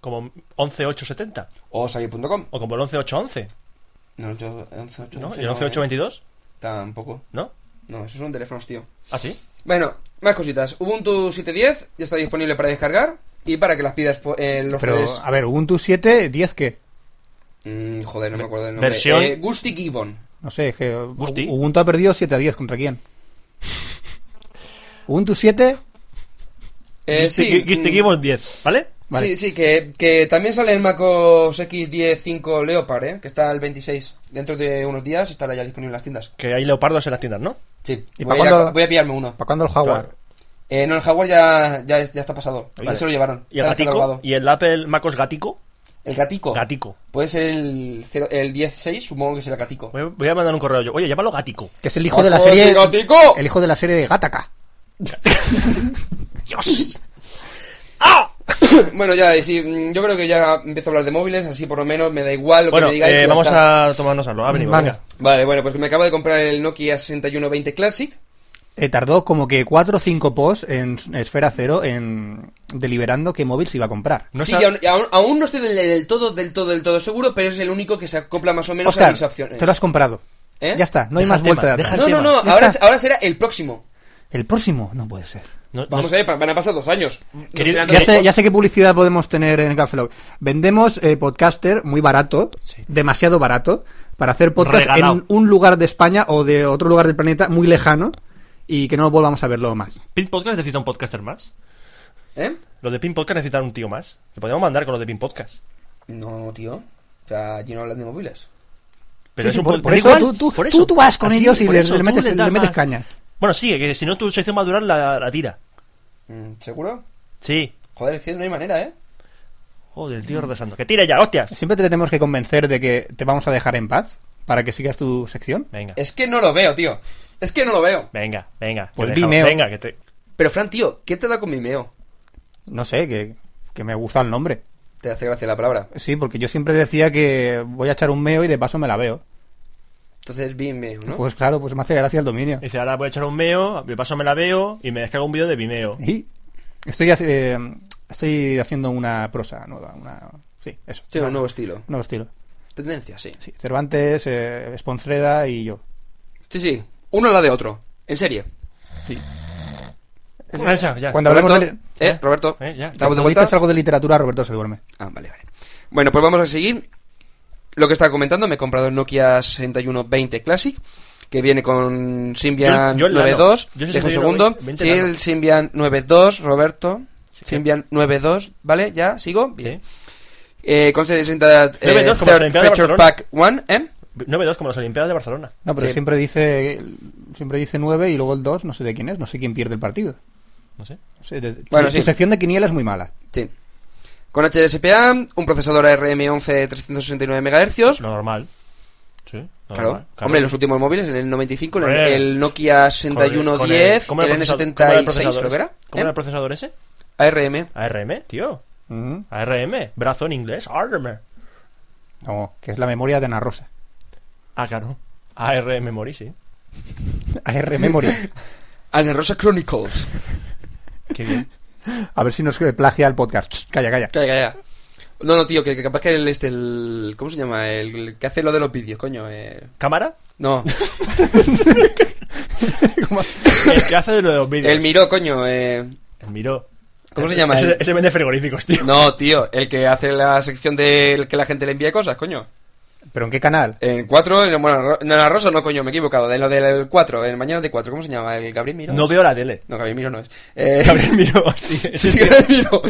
Speaker 1: Como 11870.
Speaker 2: O salir.com.
Speaker 1: O como el 11811.
Speaker 2: No, yo- 11.8,
Speaker 1: ¿No?
Speaker 2: no,
Speaker 1: ¿Y
Speaker 2: eh,
Speaker 1: el 11822?
Speaker 2: Tampoco.
Speaker 1: ¿No?
Speaker 2: No, esos son teléfonos, tío.
Speaker 1: ¿Ah, sí?
Speaker 2: Bueno, más cositas. Ubuntu 7.10 ya está disponible para descargar y para que las pidas po- en los
Speaker 3: Pero,
Speaker 2: redes.
Speaker 3: a ver, Ubuntu 7, 10 qué?
Speaker 2: Mm, joder, no me acuerdo del nombre.
Speaker 1: Versión-
Speaker 2: Eh, Gusti Gibbon.
Speaker 3: No sé, es que
Speaker 1: Gusti.
Speaker 3: Ubuntu ha perdido 7 a 10 contra quién. Ubuntu 7.
Speaker 2: Eh, sí, mm,
Speaker 1: Seguimos 10, ¿vale?
Speaker 3: Vale.
Speaker 2: sí, sí, que, que también sale el MacOS X105 Leopard, ¿eh? que está el 26. Dentro de unos días estará ya disponible en las tiendas.
Speaker 1: Que hay leopardos en las tiendas, ¿no?
Speaker 2: Sí,
Speaker 3: ¿Y
Speaker 2: voy,
Speaker 3: pa'
Speaker 2: a, ir a-
Speaker 3: cuándo-
Speaker 2: voy a pillarme uno.
Speaker 3: ¿Para cuándo el Jaguar?
Speaker 1: Claro.
Speaker 2: Eh, no, el Jaguar ya, ya, es- ya está pasado. Ya
Speaker 1: Vale.
Speaker 2: se lo llevaron.
Speaker 1: ¿Y el
Speaker 2: Está Oh. catalogado.
Speaker 1: gatico? ¿Y el Apple MacOS gatico?
Speaker 2: El gatico.
Speaker 1: Gatico.
Speaker 2: Puede ser el, cero- el 106, supongo que será gatico.
Speaker 1: Voy a, voy a mandar un correo yo. Oye, llámalo gatico.
Speaker 3: Que es el hijo de la serie. El hijo de la serie de Gataka.
Speaker 1: ¡Dios! ¡Ah!
Speaker 2: Bueno, ya, y sí, mm, yo creo que ya empiezo a hablar de móviles, así por lo menos me da igual lo
Speaker 1: Bueno,
Speaker 2: que me digáis.
Speaker 1: eh,
Speaker 2: y ya
Speaker 1: vamos
Speaker 2: está.
Speaker 1: a tomarnos algo. Ha venido,
Speaker 3: Vale.
Speaker 1: venga.
Speaker 2: Vale, bueno, pues me acabo de comprar el Nokia 6120 Classic.
Speaker 3: Eh, tardó como que 4 o 5 posts en Esfera Cero en deliberando qué móvil se iba a comprar.
Speaker 1: No
Speaker 2: sí,
Speaker 1: sab-
Speaker 2: y aún, y aún- aún no estoy del, del todo, del todo, del todo seguro, pero es el único que se acopla más o menos a
Speaker 3: Oscar,
Speaker 2: mis opciones.
Speaker 3: te lo has comprado.
Speaker 2: ¿Eh?
Speaker 3: Ya está, no hay
Speaker 1: Deja
Speaker 3: más
Speaker 1: el tema,
Speaker 3: vuelta de
Speaker 1: deja
Speaker 3: atrás.
Speaker 1: el
Speaker 2: No, no, no,
Speaker 3: Ya
Speaker 2: ahora,
Speaker 3: está.
Speaker 2: se- ahora será el próximo.
Speaker 3: El próximo no puede ser.
Speaker 1: no- no-
Speaker 2: Vamos a ver, pa- van a pasar dos años. No
Speaker 1: Querido-
Speaker 2: serán
Speaker 3: Mm, Ya
Speaker 2: dos-
Speaker 3: sé, ya sé qué publicidad podemos tener en Café Lock. Vendemos eh, podcaster muy barato,
Speaker 1: Sí.
Speaker 3: demasiado barato, para hacer podcast
Speaker 1: Regalado.
Speaker 3: en un lugar de España o de otro lugar del planeta muy lejano y que no volvamos a verlo más.
Speaker 1: Pin Podcast necesita un podcaster más.
Speaker 2: ¿Eh?
Speaker 1: Los de Pin Podcast necesitan un tío más. Te podemos mandar con los de Pin Podcast.
Speaker 2: No, tío. O sea, yo no hablan de móviles.
Speaker 1: Pero
Speaker 3: Sí,
Speaker 1: es
Speaker 3: sí,
Speaker 1: un
Speaker 3: por,
Speaker 1: pod-
Speaker 3: por
Speaker 1: da
Speaker 3: eso,
Speaker 1: igual,
Speaker 3: tú, tú-
Speaker 1: por
Speaker 3: tú-
Speaker 1: eso.
Speaker 3: tú vas con
Speaker 1: Así,
Speaker 3: ellos y
Speaker 1: por
Speaker 3: les,
Speaker 1: eso,
Speaker 3: les
Speaker 1: tú
Speaker 3: metes, les
Speaker 1: das
Speaker 3: metes
Speaker 1: más.
Speaker 3: caña.
Speaker 1: Bueno, sí, que si no tu sección va a durar la, la tira.
Speaker 2: Mm, ¿Seguro?
Speaker 1: Sí.
Speaker 2: Joder, es que no hay manera, ¿eh?
Speaker 1: Joder, el tío retrasando. ¡Que tire ya, hostias!
Speaker 3: Siempre te tenemos que convencer de que te vamos a dejar en paz para que sigas tu sección.
Speaker 1: Venga,
Speaker 2: Es que no lo veo, tío. Es que no lo veo.
Speaker 1: venga, venga. que
Speaker 3: Pues
Speaker 1: dejamos-
Speaker 3: Vimeo.
Speaker 1: Venga, que te...
Speaker 2: Pero, Fran, tío, ¿qué te da con Vimeo?
Speaker 3: No sé, que, que me gusta el nombre.
Speaker 2: Te hace gracia la palabra.
Speaker 3: Sí, porque yo siempre decía que voy a echar un meo y de paso me la veo.
Speaker 2: Entonces, Vimeo, ¿no?
Speaker 3: Pues claro, pues me hace gracia el dominio.
Speaker 1: Dice, ahora voy a echar un meo, de paso me la veo y me descargo un vídeo de Vimeo.
Speaker 3: Y estoy, haci- eh, estoy haciendo una prosa nueva, una... Sí, eso.
Speaker 2: Sí, un nuevo estilo.
Speaker 3: Nuevo estilo.
Speaker 2: Tendencia, sí.
Speaker 3: Sí, Cervantes, eh, Esponceda y yo.
Speaker 2: Sí, sí. Uno a la de otro. En serie.
Speaker 3: Sí.
Speaker 1: Esa, ya.
Speaker 3: Cuando hablamos
Speaker 2: Roberto,
Speaker 3: de...
Speaker 2: ¿eh?
Speaker 1: ¿Eh?
Speaker 2: Roberto.
Speaker 1: Eh, ya.
Speaker 2: ¿Estamos de
Speaker 3: cuando
Speaker 2: vuelta?
Speaker 3: dices algo de literatura, Roberto se duerme.
Speaker 2: Ah, vale, vale. Bueno, pues vamos a seguir. Lo que estaba comentando, me he comprado el Nokia 6120 Classic, que viene con Symbian
Speaker 1: Yo- yo el
Speaker 2: 92.
Speaker 1: nano. Yo
Speaker 2: Deja
Speaker 1: 6120
Speaker 2: un segundo. Sí,
Speaker 1: nano.
Speaker 2: el Symbian 92, Roberto.
Speaker 1: Sí.
Speaker 2: Symbian 92, ¿vale? ¿Ya? ¿Sigo?
Speaker 1: Sí.
Speaker 2: Bien. Eh, con 60 eh,
Speaker 1: 92, como las Olimpiadas
Speaker 2: third
Speaker 1: de Barcelona.
Speaker 2: Feature Pack 1, ¿eh?
Speaker 1: 9-2 como las Olimpiadas de Barcelona.
Speaker 3: No, pero
Speaker 2: Sí.
Speaker 3: siempre dice siempre dice 9 y luego el 2, no sé de quién es, no sé quién pierde el partido.
Speaker 1: No sé.
Speaker 3: O sea, de-
Speaker 2: Bueno,
Speaker 3: tu,
Speaker 2: sí.
Speaker 3: tu sección de quiniela es muy mala.
Speaker 2: Sí. Con HDSPA, un procesador ARM11 de 369 MHz.
Speaker 1: Lo normal. Sí. lo
Speaker 2: Claro.
Speaker 1: normal,
Speaker 2: Hombre, los últimos móviles, en el 95, el,
Speaker 1: Hombre.
Speaker 2: el Nokia
Speaker 1: Con el- con
Speaker 2: 6110,
Speaker 1: ¿cómo era
Speaker 2: el,
Speaker 1: procesador- cómo era el
Speaker 2: N76,
Speaker 1: procesador
Speaker 2: creo que era.
Speaker 1: ese? ¿Cómo era el
Speaker 2: ¿eh?
Speaker 1: procesador ese?
Speaker 2: ARM.
Speaker 1: ARM, tío.
Speaker 3: Ujú.
Speaker 1: ARM. Brazo en inglés. ARM.
Speaker 3: No, que es la memoria de Ana Rosa.
Speaker 1: Ah, claro. ARM Memory, sí.
Speaker 3: AR Memory.
Speaker 2: Ana Rosa Chronicles.
Speaker 1: Qué bien.
Speaker 3: A ver si nos plagia el podcast. Ch, Calla, calla.
Speaker 2: Calla, calla. No, no, tío, que, que capaz que el, este, el... ¿Cómo se llama? El, el que hace lo de los vídeos, coño. eh.
Speaker 1: ¿Cámara?
Speaker 2: No,
Speaker 1: El que hace de lo de los vídeos.
Speaker 2: el miró, coño. eh.
Speaker 1: El miró.
Speaker 2: ¿Cómo se
Speaker 1: Ese-
Speaker 2: llama
Speaker 1: Ese,
Speaker 2: él?
Speaker 1: ese vende frigoríficos, tío.
Speaker 2: No, tío, el que hace la sección del que la gente le envía cosas, coño.
Speaker 3: ¿Pero en qué canal?
Speaker 2: En 4, en, bueno, Ro- no, la Rosa no, coño, me he equivocado. De lo del 4, el mañana de 4, ¿cómo se llama? El Gabriel Miró.
Speaker 1: No veo la tele.
Speaker 2: No, Gabriel Miró no es. Eh,
Speaker 1: Gabriel miró así.
Speaker 2: Sí, Gabriel Miró.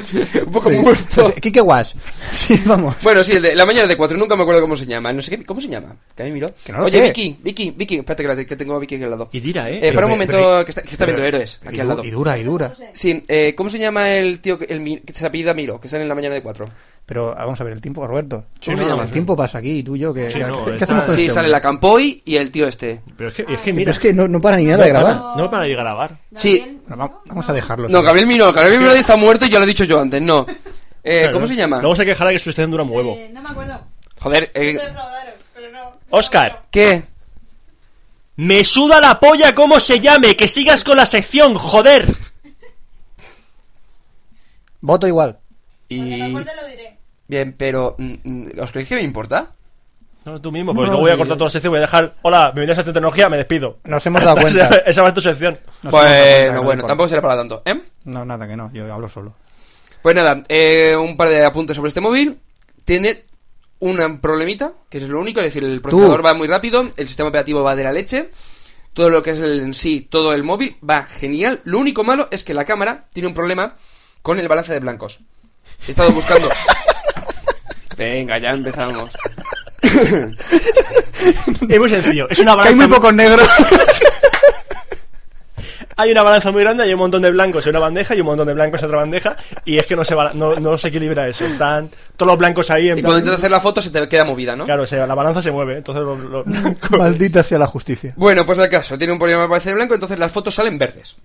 Speaker 2: Un poco muerto.
Speaker 3: Entonces, Quique Guas. Sí, vamos.
Speaker 2: Bueno, sí, el de la mañana de 4, nunca me acuerdo cómo se llama. No sé qué, ¿cómo se llama? Gabriel Miró.
Speaker 3: Que no lo
Speaker 2: Oye,
Speaker 3: sé.
Speaker 2: Vicky, Vicky, Vicky, espérate que, la- que tengo a Vicky aquí al lado.
Speaker 1: Y tira, ¿eh?
Speaker 2: Eh, para un
Speaker 3: pero-
Speaker 2: momento,
Speaker 3: pero-
Speaker 2: que está, que está viendo héroes, aquí
Speaker 3: y,
Speaker 2: al
Speaker 3: du-
Speaker 2: lado.
Speaker 3: y dura, y dura.
Speaker 2: Sí, eh, ¿cómo se llama el tío que, el mi- que se apellida Miro, que sale en la mañana de 4?
Speaker 3: Pero ah, vamos a ver, el tiempo, Roberto.
Speaker 1: Sí,
Speaker 2: no, no
Speaker 3: el
Speaker 2: sé.
Speaker 3: tiempo pasa aquí, y tú y yo. Que,
Speaker 1: Sí,
Speaker 3: ¿qué-
Speaker 1: no,
Speaker 3: ¿Qué
Speaker 1: está-
Speaker 3: hacemos con
Speaker 2: Sí,
Speaker 3: este
Speaker 2: sale
Speaker 3: hombre?
Speaker 2: la Campoy y el tío este.
Speaker 1: Pero es que, es que
Speaker 3: Ah, Pero
Speaker 1: mira.
Speaker 3: es que no, no para ni nada de
Speaker 1: no, para-
Speaker 3: grabar.
Speaker 1: no para de grabar.
Speaker 2: Eh, Sí,
Speaker 3: Bueno, va- vamos a dejarlo.
Speaker 2: no,
Speaker 3: sí.
Speaker 2: Gabriel Miro, Gabriel Miro está muerto y ya lo he dicho yo antes, no. Eh,
Speaker 1: Claro.
Speaker 2: ¿Cómo se llama?
Speaker 1: Luego se quejará que su estación dura un huevo.
Speaker 5: Eh, no me acuerdo.
Speaker 2: Joder, eh,
Speaker 5: Siento defraudaros, pero no.
Speaker 1: Oscar.
Speaker 2: ¿qué?
Speaker 1: Me suda la polla cómo se llame, que sigas con la sección, joder.
Speaker 3: Voto igual.
Speaker 5: Cuando me
Speaker 2: Y...
Speaker 5: acuerdo lo diré.
Speaker 2: Bien, pero... mm, mm, ¿Os creéis que me importa?
Speaker 1: No, tú mismo, porque
Speaker 3: No,
Speaker 1: luego voy a
Speaker 3: sí.
Speaker 1: cortar toda la sección, voy a dejar. Hola, bienvenidos a esta tecnología, me despido.
Speaker 3: Nos hemos dado
Speaker 1: Esa,
Speaker 3: cuenta.
Speaker 1: esa va en tu sección.
Speaker 3: Nos hemos dado cuenta que
Speaker 2: bueno,
Speaker 3: no
Speaker 2: bueno,
Speaker 3: importa.
Speaker 2: tampoco será para tanto, ¿eh?
Speaker 3: No, nada, que no. Yo hablo solo.
Speaker 2: Pues nada, eh, un par de apuntes sobre este móvil. Tiene un problemita, que es lo único, es decir, el procesador va muy rápido, el sistema operativo va de la leche. todo lo que es el, en sí, todo el móvil, va genial. Lo único malo es que la cámara tiene un problema con el balance de blancos. He estado buscando. Venga, ya empezamos.
Speaker 1: Es muy sencillo. Es una
Speaker 2: Ah,
Speaker 3: Que
Speaker 1: balanza.
Speaker 3: hay muy pocos negros.
Speaker 1: hay una balanza muy grande, hay un montón de blancos en una bandeja y un montón de blancos en otra bandeja. Y es que no se, bala- no, no se equilibra eso. Están todos los blancos ahí en
Speaker 2: Y cuando
Speaker 1: plan-
Speaker 2: intentas hacer la foto se te queda movida, ¿no?
Speaker 1: Claro, o sea, la balanza se mueve. Entonces los, los blancos.
Speaker 3: Maldita sea la justicia.
Speaker 2: Bueno, pues el caso, tiene un problema para parecer blanco, entonces las fotos salen verdes.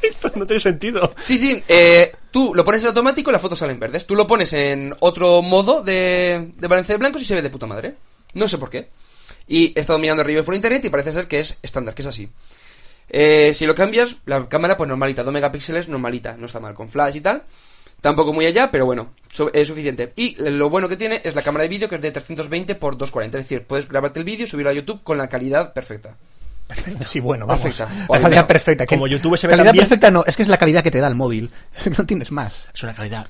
Speaker 1: Esto no tiene sentido.
Speaker 2: Sí, sí, eh, tú lo pones en automático y las fotos salen verdes. Tú lo pones en otro modo de, de balance de blancos y se ve de puta madre. No sé por qué. Y he estado mirando reviews por internet y parece ser que es estándar, que es así. Eh, si lo cambias, la cámara pues normalita, 2 megapíxeles normalita, no está mal, con flash y tal. Tampoco muy allá, pero bueno, su- es suficiente. Y lo bueno que tiene es la cámara de vídeo que es de 320 x 240, es decir, puedes grabarte el vídeo y subirlo a YouTube con la calidad perfecta.
Speaker 3: Sí, bueno, vamos.
Speaker 2: Perfecta.
Speaker 3: La calidad perfecta. que-
Speaker 1: Como YouTube se ve
Speaker 3: calidad
Speaker 1: tan bien.
Speaker 3: perfecta no, es que es la calidad que te da el móvil. No tienes más.
Speaker 1: Es una calidad.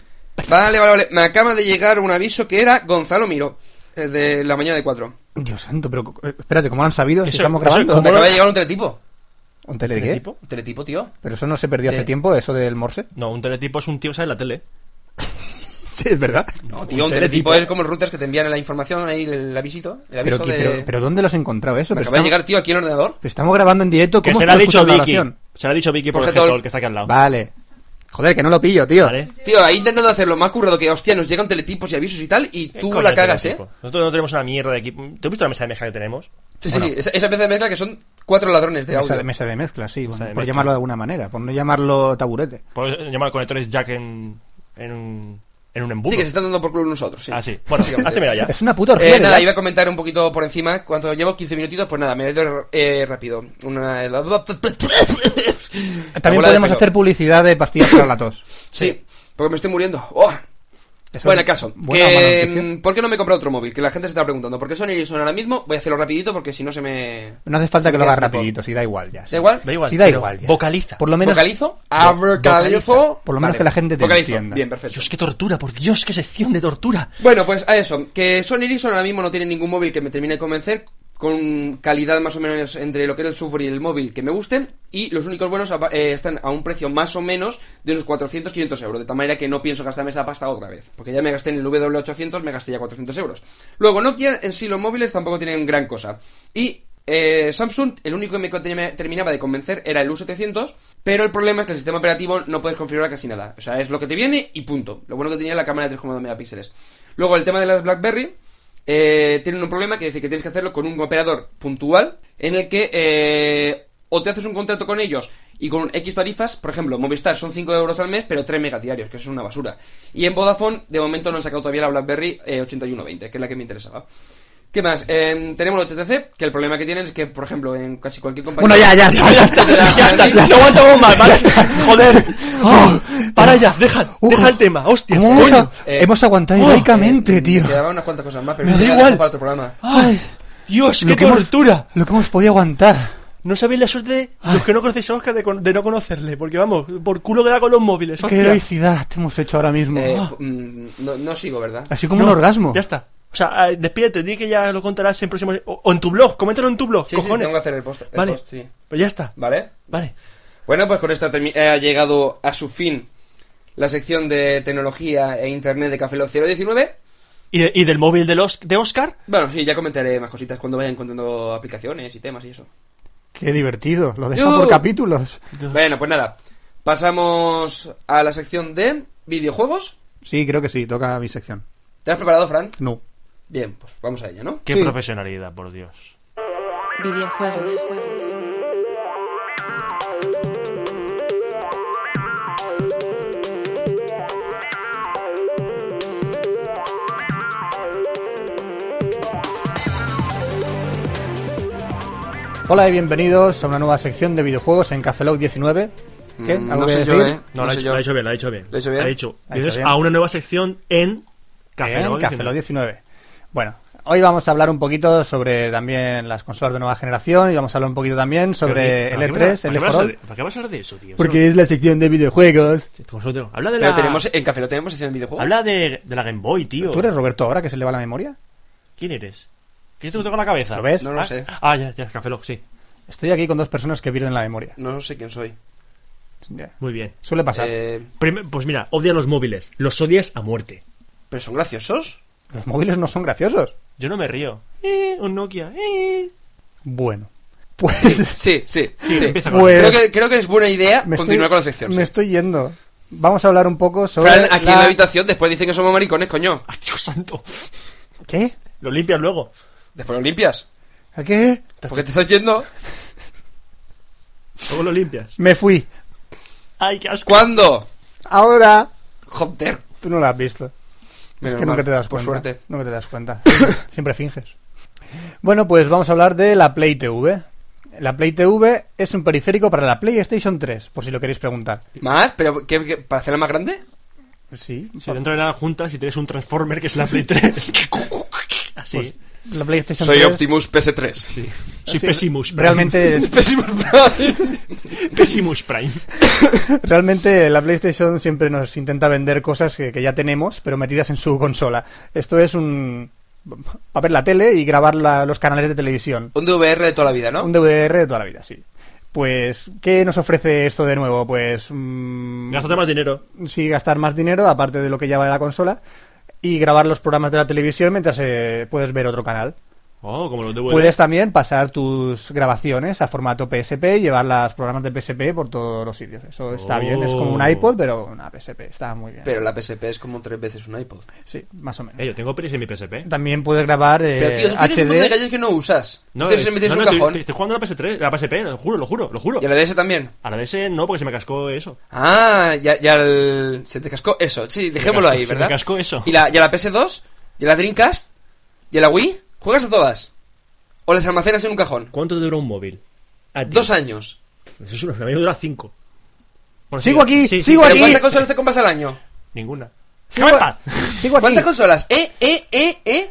Speaker 2: Vale, vale, vale. Me acaba de llegar un aviso que era Gonzalo Miro, eh, de la mañana de 4.
Speaker 3: Dios santo, pero eh, espérate, ¿cómo lo han sabido? Si
Speaker 1: Eso-
Speaker 3: estamos
Speaker 1: eso-
Speaker 3: grabando.
Speaker 2: Me
Speaker 1: ¿Cómo lo-
Speaker 2: acaba de llegar un teletipo.
Speaker 3: ¿Un tele de qué?
Speaker 1: ¿Teletipo?
Speaker 2: ¿Un teletipo, tío?
Speaker 3: Pero eso no se perdió hace
Speaker 2: Sí.
Speaker 3: tiempo, eso del morse.
Speaker 1: No, un teletipo es un tío que sale en la tele.
Speaker 3: Sí, es verdad.
Speaker 2: No, tío, un teletipo es como los routers que te envían la información, ahí el, el avisito. El aviso
Speaker 3: Pero, que-
Speaker 2: de...
Speaker 3: pero, pero ¿dónde los has encontrado eso?
Speaker 2: Me
Speaker 3: Pero
Speaker 2: acaba de
Speaker 3: estamos,
Speaker 2: llegar, tío, aquí el ordenador.
Speaker 3: pero estamos grabando en directo.
Speaker 1: Que
Speaker 3: ¿Cómo
Speaker 1: se
Speaker 3: es
Speaker 1: le ha
Speaker 3: no
Speaker 1: dicho
Speaker 3: escuchas la
Speaker 1: Vicky.
Speaker 3: oración?
Speaker 1: Se le ha dicho Vicky por
Speaker 2: Por
Speaker 1: el
Speaker 2: Getol.
Speaker 1: gestor que está aquí al lado.
Speaker 3: Vale. Joder, que no lo pillo, tío.
Speaker 1: ¿Vale?
Speaker 2: Tío, ahí intentando hacerlo más currado que, hostia, nos llegan teletipos y avisos y tal, y
Speaker 1: Eh,
Speaker 2: tú
Speaker 1: coño,
Speaker 2: la
Speaker 1: el
Speaker 2: cagas, ¿eh?
Speaker 1: teletipo. Nosotros no tenemos una mierda de equipo. ¿Te has visto la mesa de mezcla que tenemos?
Speaker 2: Sí, sí, sí. Esa, esa pieza de mezcla que son cuatro ladrones de
Speaker 3: Mesa
Speaker 2: audio.
Speaker 3: de, mesa de mezcla, sí, bueno,
Speaker 1: de
Speaker 3: por
Speaker 1: mezcla.
Speaker 3: llamarlo de alguna manera, por no llamarlo taburete.
Speaker 1: Podemos llamar conectores jack en, en un, en un embudo.
Speaker 2: Sí, que se están dando por culo unos a otros, sí.
Speaker 1: Ah, sí. Bueno,
Speaker 2: Básicamente.
Speaker 1: hazte mirar ya.
Speaker 3: Es una puta orgía.
Speaker 2: Eh,
Speaker 3: de
Speaker 2: nada,
Speaker 3: laps.
Speaker 2: iba a comentar un poquito por encima. Cuando llevo 15 minutitos, pues nada, me he ido eh, rápido. Una... la bola
Speaker 3: También
Speaker 2: de
Speaker 3: podemos
Speaker 2: pelo.
Speaker 3: hacer publicidad de pastillas para la tos.
Speaker 2: Sí, porque me estoy muriendo. ¡Oh!
Speaker 3: Eso
Speaker 2: Bueno, el
Speaker 3: es
Speaker 2: caso.
Speaker 3: buena o mala
Speaker 2: que,
Speaker 3: noticia.
Speaker 2: mm, ¿Por qué no me he comprado otro móvil? Que la gente se está preguntando. ¿Por qué Sony son ahora mismo? Voy a hacerlo rapidito porque si no se me...
Speaker 3: No hace falta
Speaker 2: se
Speaker 3: que
Speaker 2: me
Speaker 3: lo
Speaker 2: queda
Speaker 3: hagas
Speaker 2: sin tiempo.
Speaker 3: rapidito, si da igual ya.
Speaker 2: ¿Da igual?
Speaker 1: Da igual.
Speaker 3: Sí, da
Speaker 1: pero
Speaker 3: igual ya.
Speaker 1: Vocaliza.
Speaker 3: Por lo menos.
Speaker 2: ¿Vocalizo?
Speaker 3: vocaliza.
Speaker 2: Vocalizo.
Speaker 3: Por lo menos que la gente te
Speaker 2: Vocalizo.
Speaker 3: entienda.
Speaker 2: Bien, perfecto.
Speaker 1: Dios, qué tortura, por Dios, qué sección de tortura.
Speaker 2: Bueno, pues a eso, que Sony Ericsson ahora mismo no tiene ningún móvil que me termine de convencer, con calidad más o menos entre lo que es el software y el móvil que me guste, y los únicos buenos apa- eh, están a un precio más o menos de unos 400-500 euros, de tal manera que no pienso gastarme esa pasta otra vez, porque ya me gasté en el W800, me gasté ya 400 euros. Luego, Nokia en sí los móviles tampoco tienen gran cosa, y... eh, Samsung, el único que me co- termi- terminaba de convencer era el U700, pero el problema es que el sistema operativo no puedes configurar casi nada. O sea, es lo que te viene y punto. Lo bueno que tenía la cámara de 3,2 megapíxeles. Luego, el tema de las BlackBerry, eh, tienen un problema que dice que tienes que hacerlo con un operador puntual en el que eh, o te haces un contrato con ellos y con X tarifas, por ejemplo, Movistar son 5 euros al mes, pero 3 megas diarios, que eso es una basura. Y en Vodafone, de momento no han sacado todavía la BlackBerry eh, 8120, que es la que me interesaba. ¿Qué más? Eh, tenemos el HTC, que el problema que tienen es que, por ejemplo, en casi cualquier compañía... Eh,
Speaker 3: Bueno, ya, ya, ya, ya,
Speaker 2: Te da-
Speaker 1: Ya está,
Speaker 2: te
Speaker 1: ya
Speaker 2: da-
Speaker 1: está, aguantamos más, ¿vale? Joder. Oh, para ya, deja,
Speaker 3: Uh,
Speaker 1: deja el tema, hostia.
Speaker 3: ¿Cómo hemos,
Speaker 1: coño.
Speaker 3: a-
Speaker 2: eh,
Speaker 3: hemos aguantado
Speaker 1: oh,
Speaker 3: heroicamente,
Speaker 2: Eh,
Speaker 3: tío?
Speaker 2: Quedaban unas cuantas cosas más, pero
Speaker 1: Me
Speaker 2: eso
Speaker 1: da
Speaker 2: ya lo dejo
Speaker 1: igual.
Speaker 2: para otro programa.
Speaker 3: Ah,
Speaker 1: Ay, Dios, qué
Speaker 3: Lo que, hemos,
Speaker 1: tortura.
Speaker 3: lo que hemos podido aguantar.
Speaker 1: No sabéis la suerte de los que no conocéis a Oscar de, con- de no conocerle, porque vamos, por culo que da con los móviles.
Speaker 3: Qué
Speaker 1: hostia.
Speaker 3: heroicidad te hemos hecho ahora mismo.
Speaker 2: Eh,
Speaker 3: Ah,
Speaker 2: p- mm, no, no sigo, ¿verdad?
Speaker 3: Así como
Speaker 1: No,
Speaker 3: un orgasmo.
Speaker 1: Ya está. O sea, eh, despídete, di que ya lo contarás en próximos. O, o en tu blog, coméntalo en tu blog,
Speaker 2: Sí, sí,
Speaker 1: cojones.
Speaker 2: tengo que hacer el post. el
Speaker 1: Vale.
Speaker 2: post, sí.
Speaker 1: Pues ya está,
Speaker 2: ¿Vale?
Speaker 1: vale.
Speaker 2: Bueno, pues con esto termi- ha llegado a su fin la sección de tecnología e internet de Café Lock 019.
Speaker 1: ¿Y, de- y del móvil de, los, de Oscar?
Speaker 2: Bueno, sí, ya comentaré más cositas cuando vaya encontrando aplicaciones y temas y eso.
Speaker 3: Qué divertido. Lo deja
Speaker 2: Yo-
Speaker 3: por capítulos.
Speaker 2: Bueno, pues nada. Pasamos a la sección de videojuegos.
Speaker 3: Sí, creo que sí. Toca mi sección.
Speaker 2: ¿Te has preparado, Fran?
Speaker 3: No.
Speaker 2: Bien, pues vamos a ello, ¿no?
Speaker 1: Qué
Speaker 3: Sí.
Speaker 1: profesionalidad, por Dios.
Speaker 4: videojuegos,
Speaker 3: Hola y bienvenidos a una nueva sección de videojuegos en Café Lock 19. ¿Qué?
Speaker 2: Mm,
Speaker 3: ¿Algo
Speaker 2: no
Speaker 3: que
Speaker 2: sé
Speaker 3: decir?
Speaker 2: yo, ¿eh?
Speaker 1: No,
Speaker 2: No
Speaker 1: lo, ha
Speaker 2: sé
Speaker 1: hecho,
Speaker 2: yo.
Speaker 1: lo ha hecho bien, lo ha hecho bien.
Speaker 2: ¿Lo ha hecho bien?
Speaker 3: Ha hecho
Speaker 1: Entonces,
Speaker 3: bien.
Speaker 1: a una nueva sección en Café
Speaker 3: Bien,
Speaker 1: Lock
Speaker 3: Café Lock
Speaker 1: 19.
Speaker 3: 19. Bueno, hoy vamos a hablar un poquito sobre también las consolas de nueva generación y vamos a hablar un poquito también sobre
Speaker 1: Pero,
Speaker 3: el
Speaker 1: ¿para qué me-
Speaker 3: E3, el
Speaker 1: ¿para qué vas a-
Speaker 3: E4.
Speaker 1: ¿Para qué vas a hablar de eso, tío?
Speaker 3: es la sección de videojuegos.
Speaker 1: Eso- como solo tengo- Habla de
Speaker 2: Pero
Speaker 1: la.
Speaker 2: tenemos, en Café Lock tenemos sección de videojuegos.
Speaker 1: Habla de, de la Game Boy, tío.
Speaker 3: ¿Tú eres Roberto ahora que se le va la memoria?
Speaker 1: ¿Quién eres? ¿Qué te toca la cabeza?
Speaker 3: ¿Lo ves?
Speaker 2: No lo
Speaker 1: Ah,
Speaker 2: sé.
Speaker 1: Ah, ya, ya, Café Lock, sí.
Speaker 3: Estoy aquí con dos personas que pierden la memoria.
Speaker 2: No sé quién soy.
Speaker 3: Ya.
Speaker 1: Muy bien.
Speaker 3: Suele pasar.
Speaker 2: Eh,
Speaker 1: Prim- pues mira, odia los móviles. Los odias a muerte.
Speaker 2: ¿Pero son graciosos?
Speaker 3: Los móviles no son graciosos.
Speaker 1: Yo no me río. Eh, un Nokia. Eh.
Speaker 3: Bueno. Pues,
Speaker 2: Sí, sí, sí.
Speaker 1: empieza con-
Speaker 3: pues
Speaker 2: Creo, que, creo que es buena idea
Speaker 3: me
Speaker 2: continuar
Speaker 3: estoy-
Speaker 2: con la sección.
Speaker 3: Me
Speaker 2: sí.
Speaker 3: estoy yendo. Vamos a hablar un poco sobre
Speaker 2: Fran, aquí
Speaker 3: la-
Speaker 2: en la habitación, después dicen que somos maricones, coño.
Speaker 1: ¡Ay, Dios santo!
Speaker 3: ¿Qué?
Speaker 1: Lo limpias luego.
Speaker 2: Después lo limpias.
Speaker 3: ¿A qué?
Speaker 2: Porque te estás yendo.
Speaker 1: Luego lo limpias.
Speaker 3: Me fui.
Speaker 1: ¡Ay, qué asco!
Speaker 2: ¿Cuándo?
Speaker 3: Ahora
Speaker 2: Joder.
Speaker 3: tú no la has visto.
Speaker 2: Menos
Speaker 3: es que
Speaker 2: mal,
Speaker 3: nunca te das
Speaker 2: Por
Speaker 3: cuenta.
Speaker 2: suerte.
Speaker 3: Nunca te das cuenta. Siempre finges. Bueno, pues vamos a hablar de la Play TV. La Play TV es un periférico para la PlayStation 3, por si lo queréis preguntar.
Speaker 2: ¿Más? ¿Pero qué, qué- para hacerla más grande?
Speaker 3: Sí,
Speaker 1: Si dentro de la junta, si tienes un Transformer que es la Play 3. Así.
Speaker 3: pues, la PlayStation
Speaker 2: Soy
Speaker 3: 3
Speaker 2: Optimus PS3.
Speaker 1: Soy
Speaker 3: sí,
Speaker 1: Pesimus. Prime.
Speaker 3: Realmente es-
Speaker 2: Pésimo.
Speaker 1: Pesimus Prime.
Speaker 3: Realmente la PlayStation siempre nos intenta vender cosas que, que ya tenemos, pero metidas en su consola. Esto es un... para ver la tele y grabar la- los canales de televisión.
Speaker 2: Un DVR de toda la vida,
Speaker 3: Un
Speaker 2: ¿no?
Speaker 3: DVR de toda la vida, sí. Pues, ¿qué nos ofrece esto de nuevo? Pues... mm,
Speaker 1: Gástate más dinero.
Speaker 3: sí, gastar más dinero, aparte de lo que ya va la consola, y grabar los programas de la televisión mientras eh, puedes ver otro canal.
Speaker 1: Oh, como los de
Speaker 3: Puedes también pasar tus grabaciones a formato PSP y llevar los programas de PSP por todos los sitios. Eso está
Speaker 1: Oh.
Speaker 3: bien, es como un iPod, pero una PSP, está muy bien.
Speaker 2: Pero la PSP es como tres veces un iPod.
Speaker 3: Sí, más o menos.
Speaker 1: Eh, yo tengo pelis en mi PSP.
Speaker 3: También puedes grabar eh,
Speaker 2: Pero tío, tú tienes un montón de
Speaker 3: HD.
Speaker 2: galletas que no usas. No,
Speaker 1: eh,
Speaker 2: Entonces se metes en
Speaker 1: no,
Speaker 2: un
Speaker 1: no, estoy,
Speaker 2: cajón.
Speaker 1: estoy- estoy jugando a la PS3, la PSP, lo juro, lo juro, lo juro.
Speaker 2: Y a la DS también.
Speaker 1: A la DS no, porque se me cascó eso.
Speaker 2: Ah, ya, ya el... se te cascó eso. Sí, dejémoslo
Speaker 1: cascó-
Speaker 2: ahí,
Speaker 1: se me
Speaker 2: ¿verdad?
Speaker 1: cascó eso.
Speaker 2: ¿Y la, y a la PS2? ¿Y a la Dreamcast? ¿Y a la Wii? ¿Juegas a todas? ¿O las almacenas en un cajón?
Speaker 1: ¿Cuánto te dura un móvil? Ah, tío,
Speaker 2: Dos años.
Speaker 1: Eso es una, a mí me dura cinco. Por
Speaker 3: Sigo aquí, sigo
Speaker 2: ¿Pero
Speaker 3: aquí.
Speaker 2: cuántas consolas te compras al año?
Speaker 1: Ninguna.
Speaker 3: Sigo-
Speaker 1: ¡Déjame en paz!
Speaker 3: Sigo aquí.
Speaker 2: ¿Cuántas consolas? ¿Eh, eh, eh, eh?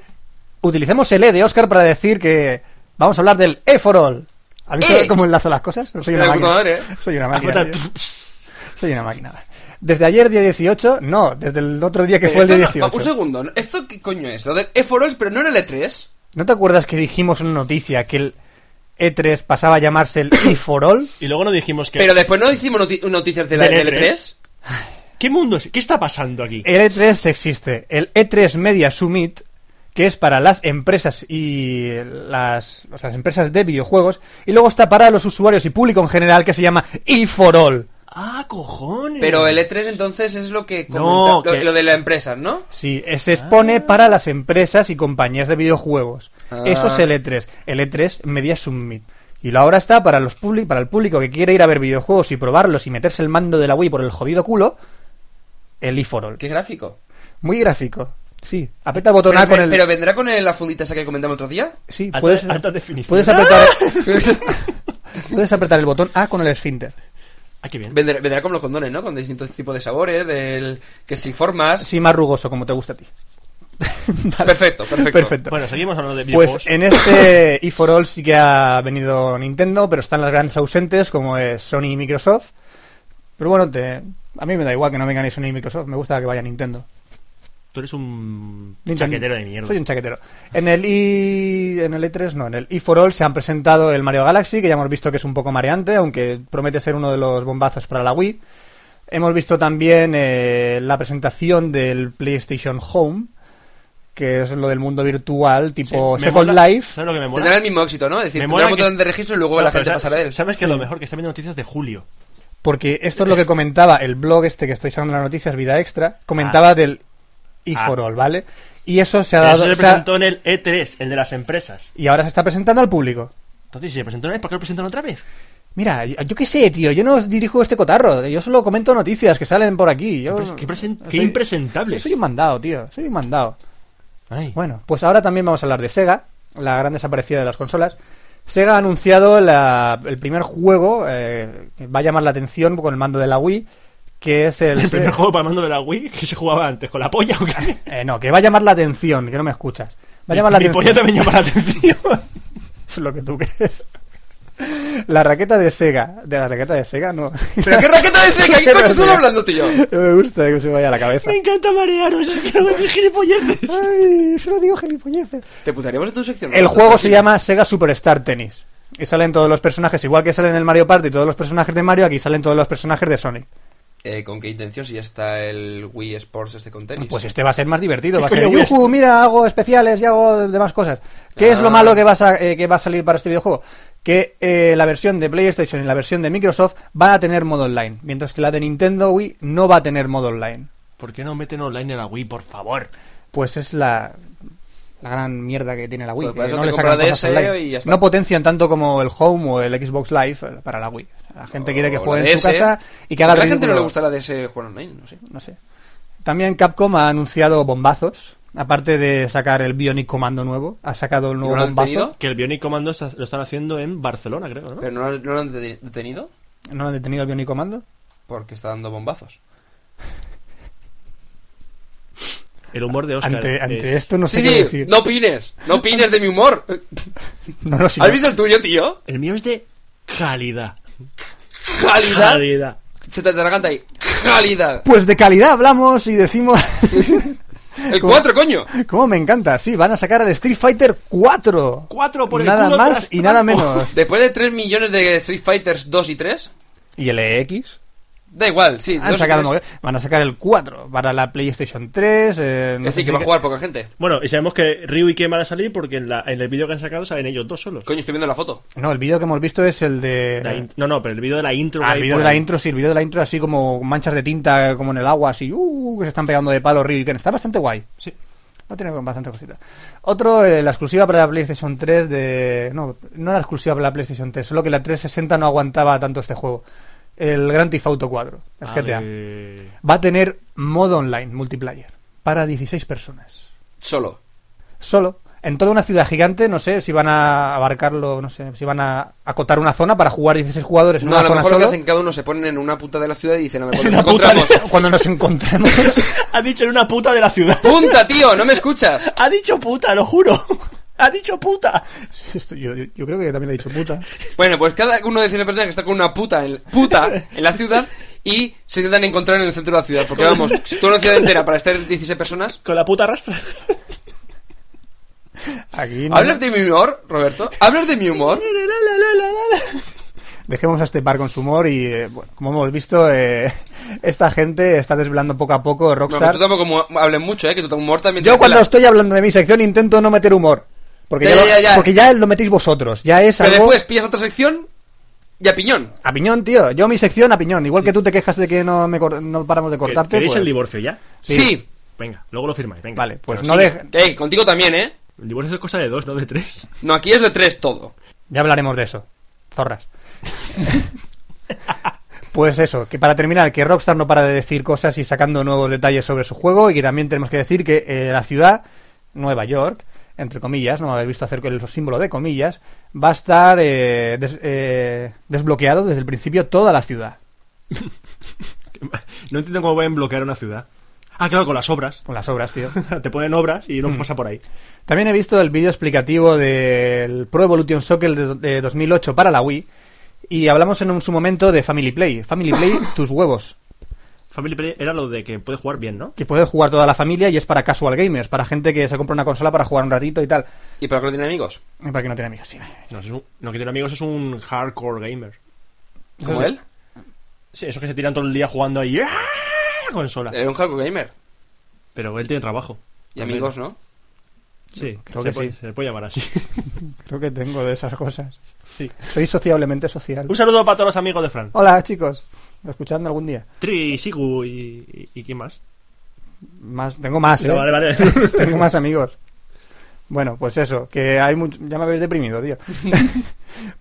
Speaker 3: Utilicemos el E de Oscar para decir que vamos a hablar del E4All. ¿Has visto
Speaker 2: ¡Eh!
Speaker 3: cómo enlazo las cosas? Soy
Speaker 2: Hostia,
Speaker 3: una
Speaker 2: de puta
Speaker 3: máquina.
Speaker 2: madre, ¿eh?
Speaker 3: Soy una máquina.
Speaker 1: Apretar-
Speaker 3: tío. Soy una máquina. Desde ayer, día 18, no, desde el otro día que
Speaker 2: Pero
Speaker 3: fue el
Speaker 2: esto
Speaker 3: día
Speaker 2: no-
Speaker 3: 18.
Speaker 2: un segundo, ¿no? ¿esto qué coño es? Lo del E4 pero no era el E E3.
Speaker 3: ¿No te acuerdas que dijimos en una noticia que el E3 pasaba a llamarse el E E4All?
Speaker 1: Y luego nos dijimos que...
Speaker 2: Pero después no hicimos noti- noticias de la,
Speaker 1: Del E
Speaker 2: del E
Speaker 1: E3.
Speaker 2: E3.
Speaker 1: ¿Qué mundo es? ¿Qué está pasando aquí?
Speaker 3: El E3 existe. El E3 Media Summit, que es para las empresas y las, o sea, las empresas de videojuegos, y luego está para los usuarios y público en general, que se llama E E4All.
Speaker 1: ¡Ah, cojones!
Speaker 2: Pero el E3 entonces es lo que comenta,
Speaker 1: No,
Speaker 2: lo,
Speaker 1: que-
Speaker 2: lo de la empresa, ¿no?
Speaker 3: Sí, se expone para las empresas y compañías de videojuegos.
Speaker 2: Ah.
Speaker 3: Eso es el E3. El E3 Media Summit. Y lo ahora está para, los publi- para el público que quiere ir a ver videojuegos y probarlos y meterse el mando de la Wii por el jodido culo, el E4All.
Speaker 2: ¿Qué gráfico?
Speaker 3: Muy gráfico. Sí, aprieta el botón
Speaker 2: Pero,
Speaker 3: A con
Speaker 2: ve-
Speaker 3: el...
Speaker 2: pero vendrá con el- la fundita esa que comentamos otro día.
Speaker 3: Sí,
Speaker 1: Alta-
Speaker 3: puedes,
Speaker 1: alta definición.
Speaker 3: puedes apretar... puedes apretar el botón A con el esfínter.
Speaker 1: Ah, qué bien.
Speaker 2: vendrá, vendrá con los condones, ¿no? Con distintos tipos de sabores, del que si formas.
Speaker 3: Sí, más rugoso, como te gusta a ti. Vale.
Speaker 2: Perfecto, perfecto.
Speaker 3: Perfecto.
Speaker 1: Bueno, seguimos hablando de videojuegos.
Speaker 3: Pues en este E4All sí que ha venido Nintendo, pero están las grandes ausentes como es Sony y Microsoft. Pero bueno, te- a mí me da igual que no vengan ni Sony y Microsoft, me gusta que vaya Nintendo.
Speaker 1: Tú eres un
Speaker 3: Nintendo-
Speaker 1: chaquetero de mierda.
Speaker 3: Soy un chaquetero. En el, I, en el E3, no, en el E4All se han presentado el Mario Galaxy, que ya hemos visto que es un poco mareante, aunque promete ser uno de los bombazos para la Wii. Hemos visto también eh, la presentación del PlayStation Home, que es lo del mundo virtual,
Speaker 1: Sí,
Speaker 3: tipo
Speaker 1: me
Speaker 3: Second
Speaker 1: mola-
Speaker 3: Life.
Speaker 1: ¿Sabes lo que me mola?
Speaker 2: Tendrá el mismo éxito, ¿no? Es decir,
Speaker 1: Me
Speaker 2: tendrá un
Speaker 1: mola que-
Speaker 2: montón de registro y luego
Speaker 1: No,
Speaker 2: la
Speaker 1: pero
Speaker 2: gente
Speaker 1: sa-
Speaker 2: pasará de él.
Speaker 1: Sabes que lo mejor que está viendo noticias de julio.
Speaker 3: Porque esto es lo que comentaba el blog este que estoy sacando las noticias, Vida Extra, comentaba del E4All, ¿vale? Y eso se ha
Speaker 1: Ah. Pero
Speaker 3: dado...
Speaker 1: Eso se
Speaker 3: se ha-
Speaker 1: presentó en el E3, el de las empresas.
Speaker 3: y ahora se está presentando al público.
Speaker 1: Entonces, si se presentó una vez, ¿por qué lo presentan otra vez?
Speaker 3: Mira, yo, yo qué sé, tío, yo no os dirijo este cotarro, yo solo comento noticias que salen por aquí. Yo,
Speaker 1: Qué pres- qué presen- qué
Speaker 3: soy-
Speaker 1: impresentables.
Speaker 3: Soy un mandado, tío, soy un mandado.
Speaker 1: Ay.
Speaker 3: Bueno, pues ahora también vamos a hablar de Sega, la gran desaparecida de las consolas. Sega ha anunciado la- el primer juego eh, que va a llamar la atención con el mando de la Wii, que es el...
Speaker 1: el primer juego para el mando de la Wii que se jugaba antes, con la polla o qué.
Speaker 3: Eh, no, que va a llamar la atención, que no me escuchas. Va a llamar la
Speaker 1: Mi- mi
Speaker 3: atención.
Speaker 1: polla también llama la atención.
Speaker 3: Lo que tú crees. La raqueta de Sega. De la raqueta de Sega, no.
Speaker 2: ¿Pero qué raqueta de Sega? ¿Qué
Speaker 3: Raqueta
Speaker 2: coño
Speaker 3: de
Speaker 2: estás
Speaker 3: Sega.
Speaker 2: hablando, tío?
Speaker 3: No me gusta que se me vaya a la cabeza.
Speaker 1: Me encanta marearos, es que no me decís gilipolleces.
Speaker 3: Ay, solo digo gilipolleces.
Speaker 2: Te putearíamos en tu sección.
Speaker 3: El
Speaker 2: ¿no?
Speaker 3: juego se
Speaker 2: Tranquilo.
Speaker 3: llama Sega Superstar Tennis. Y salen todos los personajes, igual que salen en el Mario Party todos los personajes de Mario, aquí salen todos los personajes de Sonic.
Speaker 2: Eh, ¿Con qué intención si ya está el Wii Sports este con tenis?
Speaker 3: Pues este va a ser más divertido, va a
Speaker 1: ¿Qué
Speaker 3: ser,
Speaker 1: coño
Speaker 3: "Yujú, mira, hago especiales y hago demás cosas. ¿Qué es lo
Speaker 2: Ah.
Speaker 3: malo que, vas a- eh, que va a salir para este videojuego? Que eh, la versión de PlayStation y la versión de Microsoft van a tener modo online, mientras que la de Nintendo Wii no va a tener modo online.
Speaker 1: ¿Por qué no meten online en la Wii, por favor?
Speaker 3: Pues es la, la gran mierda que tiene la Wii.
Speaker 2: Pues
Speaker 3: que
Speaker 2: para eso
Speaker 3: no
Speaker 2: te
Speaker 3: le sacan
Speaker 2: compras
Speaker 3: cosas
Speaker 2: DS
Speaker 3: online.
Speaker 2: y ya está.
Speaker 3: No potencian tanto como el Home o el Xbox Live eh, para la Wii. La gente
Speaker 2: O
Speaker 3: quiere que
Speaker 2: la
Speaker 3: juegue en su
Speaker 2: DS.
Speaker 3: casa y que haga
Speaker 2: a
Speaker 3: el
Speaker 2: la gente no le
Speaker 3: ridículo.
Speaker 2: gusta la de ese juego online, no sé.
Speaker 3: no sé. También Capcom ha anunciado bombazos. Aparte de sacar el Bionic Comando nuevo, ha sacado el nuevo
Speaker 2: ¿No lo han
Speaker 3: bombazo.
Speaker 2: tenido?
Speaker 1: Que el Bionic Commando está- lo están haciendo en Barcelona, creo, ¿no?
Speaker 2: Pero no, lo- no lo han deten- detenido
Speaker 3: ¿No lo han detenido el Bionic Comando?
Speaker 2: porque está dando bombazos.
Speaker 1: El humor de Oscar. eh,
Speaker 3: Ante,
Speaker 1: es-
Speaker 3: ante esto no sé
Speaker 2: sí,
Speaker 3: qué
Speaker 2: sí,
Speaker 3: decir.
Speaker 2: no opines, no opines de mi humor.
Speaker 3: No, no, si
Speaker 2: ¿Has
Speaker 3: no.
Speaker 2: visto el tuyo, tío?
Speaker 1: El mío es de calidad.
Speaker 2: Calidad.
Speaker 1: Calidad.
Speaker 2: Se te atraganta ahí. Calidad.
Speaker 3: Pues de calidad hablamos y decimos...
Speaker 2: El
Speaker 3: ¿Cómo?
Speaker 2: 4, coño.
Speaker 3: ¿Cómo me encanta? Sí, van a sacar al Street Fighter 4.
Speaker 1: Cuatro por el
Speaker 3: Nada
Speaker 1: culo
Speaker 3: más
Speaker 1: tras
Speaker 3: y nada
Speaker 1: trampo.
Speaker 3: menos.
Speaker 2: Después de 3 millones de Street Fighters 2 y 3,
Speaker 3: ¿Y el EX?
Speaker 2: da igual, sí.
Speaker 3: Han
Speaker 2: dos y
Speaker 3: sacado
Speaker 2: tres.
Speaker 3: mogollón. Van a sacar el 4 para la PlayStation 3. eh, no
Speaker 2: Es
Speaker 3: sé
Speaker 2: decir,
Speaker 3: si
Speaker 2: que va a
Speaker 3: que-
Speaker 2: jugar poca gente.
Speaker 1: Bueno, y sabemos que Ryu y Ken van a salir porque en, la- en el vídeo que han sacado salen ellos dos solos.
Speaker 2: Coño, estoy viendo la foto.
Speaker 3: No, el vídeo que hemos visto es el de...
Speaker 1: La in- no, no, pero el vídeo de la intro.
Speaker 3: Ah,
Speaker 1: que
Speaker 3: el
Speaker 1: hay
Speaker 3: vídeo
Speaker 1: por
Speaker 3: de la
Speaker 1: ahí.
Speaker 3: intro, sí, el vídeo de la intro así como manchas de tinta, como en el agua, así, uh, que se están pegando de palo Ryu y Ken. Está bastante guay.
Speaker 1: Sí.
Speaker 3: Va a tener bastante cositas. Otro, eh, la exclusiva para la PlayStation 3 de... No, no era exclusiva para la PlayStation 3, solo que la 360 no aguantaba tanto este juego. El Grand Theft Auto 4, el
Speaker 1: A
Speaker 3: GTA.
Speaker 1: ver.
Speaker 3: Va a tener modo online, multiplayer, para 16 personas.
Speaker 2: Solo.
Speaker 3: Solo. En toda una ciudad gigante, no sé si van a abarcarlo, no sé, si van a acotar una zona para jugar 16 jugadores en
Speaker 2: No, a
Speaker 3: una
Speaker 2: lo
Speaker 3: zona
Speaker 2: mejor lo
Speaker 3: solo.
Speaker 2: que hacen cada uno se ponen en una punta de la ciudad y dicen, a ver, cuando nos
Speaker 3: puta
Speaker 2: encontramos.
Speaker 3: de- Cuando nos encontremos.
Speaker 1: Ha dicho en una puta de la ciudad.
Speaker 2: ¡Punta, tío! ¡No me escuchas!
Speaker 1: Ha dicho puta, lo juro. Ha dicho puta.
Speaker 3: Esto yo, yo- yo creo que también ha dicho puta.
Speaker 2: Bueno, pues cada uno de 100 personas que está con una puta en, puta en la ciudad y se intentan encontrar en el centro de la ciudad. Porque vamos, toda una ciudad entera para estar 16 personas.
Speaker 1: Con la puta rastra.
Speaker 3: Aquí no-
Speaker 2: ¿Hablas de mi humor, Roberto? ¿Hablas de mi humor?
Speaker 3: Dejemos a este par con su humor y, eh, bueno, como hemos visto, eh, esta gente está desvelando poco a
Speaker 2: No,
Speaker 3: poco
Speaker 2: que
Speaker 3: Rockstar.
Speaker 2: tú tampoco mu- hables mucho, ¿eh? Que tu humor también... te
Speaker 3: yo cuando
Speaker 2: pela.
Speaker 3: estoy hablando de mi sección intento no meter humor. Porque
Speaker 2: Ya,
Speaker 3: ya,
Speaker 2: ya, ya.
Speaker 3: Porque ya lo metéis vosotros. Ya es
Speaker 2: Pero
Speaker 3: algo...
Speaker 2: después pillas otra sección y a piñón.
Speaker 3: A piñón, tío. Yo mi sección a piñón. Igual que tú te quejas de que no, me cor- no paramos de cortarte.
Speaker 1: ¿Queréis
Speaker 3: pues-
Speaker 1: el divorcio ya?
Speaker 3: Sí.
Speaker 2: Sí.
Speaker 1: Venga, luego lo firmáis. Venga.
Speaker 3: Vale, pues
Speaker 1: Pero
Speaker 3: no
Speaker 1: sigue.
Speaker 3: de...
Speaker 2: Ey, contigo también, ¿eh?
Speaker 1: El divorcio es cosa de dos, no de tres.
Speaker 2: No, aquí es de tres todo.
Speaker 3: Ya hablaremos de eso. Zorras. Pues eso, que para terminar, que Rockstar no para de decir cosas y sacando nuevos detalles sobre su juego y que también tenemos que decir que eh, la ciudad, Nueva York, entre comillas, no me habéis visto hacer el símbolo de comillas, va a estar eh, des- eh, desbloqueado desde el principio toda la ciudad,
Speaker 1: No entiendo cómo pueden bloquear una ciudad. Ah, claro, con las obras.
Speaker 3: con las obras, tío.
Speaker 1: Te ponen obras y no
Speaker 3: Hmm.
Speaker 1: pasa por ahí.
Speaker 3: También he visto el vídeo explicativo del Pro Evolution Soccer de, de 2008 para la Wii y hablamos en un, su momento de Family Play. Family Play, tus huevos.
Speaker 1: Family Play era lo de que puedes jugar bien, ¿no?
Speaker 3: que puede jugar toda la familia y es para casual gamers, para gente que se compra una consola para jugar un ratito y tal.
Speaker 2: ¿Y para qué no tiene amigos?
Speaker 3: Y Para que no tiene amigos, sí.
Speaker 1: No, es un- no que tiene amigos es un hardcore gamer.
Speaker 2: ¿Como
Speaker 3: sí.
Speaker 2: él?
Speaker 1: Sí, esos que se tiran todo el día jugando ahí. ¡ah! Consola.
Speaker 3: Eh.
Speaker 2: Era un hardcore gamer.
Speaker 1: Pero él tiene trabajo.
Speaker 2: Y amigos, ¿no?
Speaker 1: Sí,
Speaker 3: Creo
Speaker 1: se
Speaker 3: que
Speaker 1: puede-
Speaker 3: sí.
Speaker 1: Se le puede llamar así.
Speaker 3: Creo que tengo de esas cosas.
Speaker 1: sí.
Speaker 3: Soy sociablemente social.
Speaker 1: Un saludo para todos los amigos de Fran.
Speaker 3: Hola, chicos. Escuchadme algún día.
Speaker 1: Tri, Sigu y, y, y quién más.
Speaker 3: Más, tengo más, ¿eh?
Speaker 1: No, vale, vale.
Speaker 3: tengo más amigos. Bueno, pues eso, que hay mucho... Ya me habéis deprimido, tío.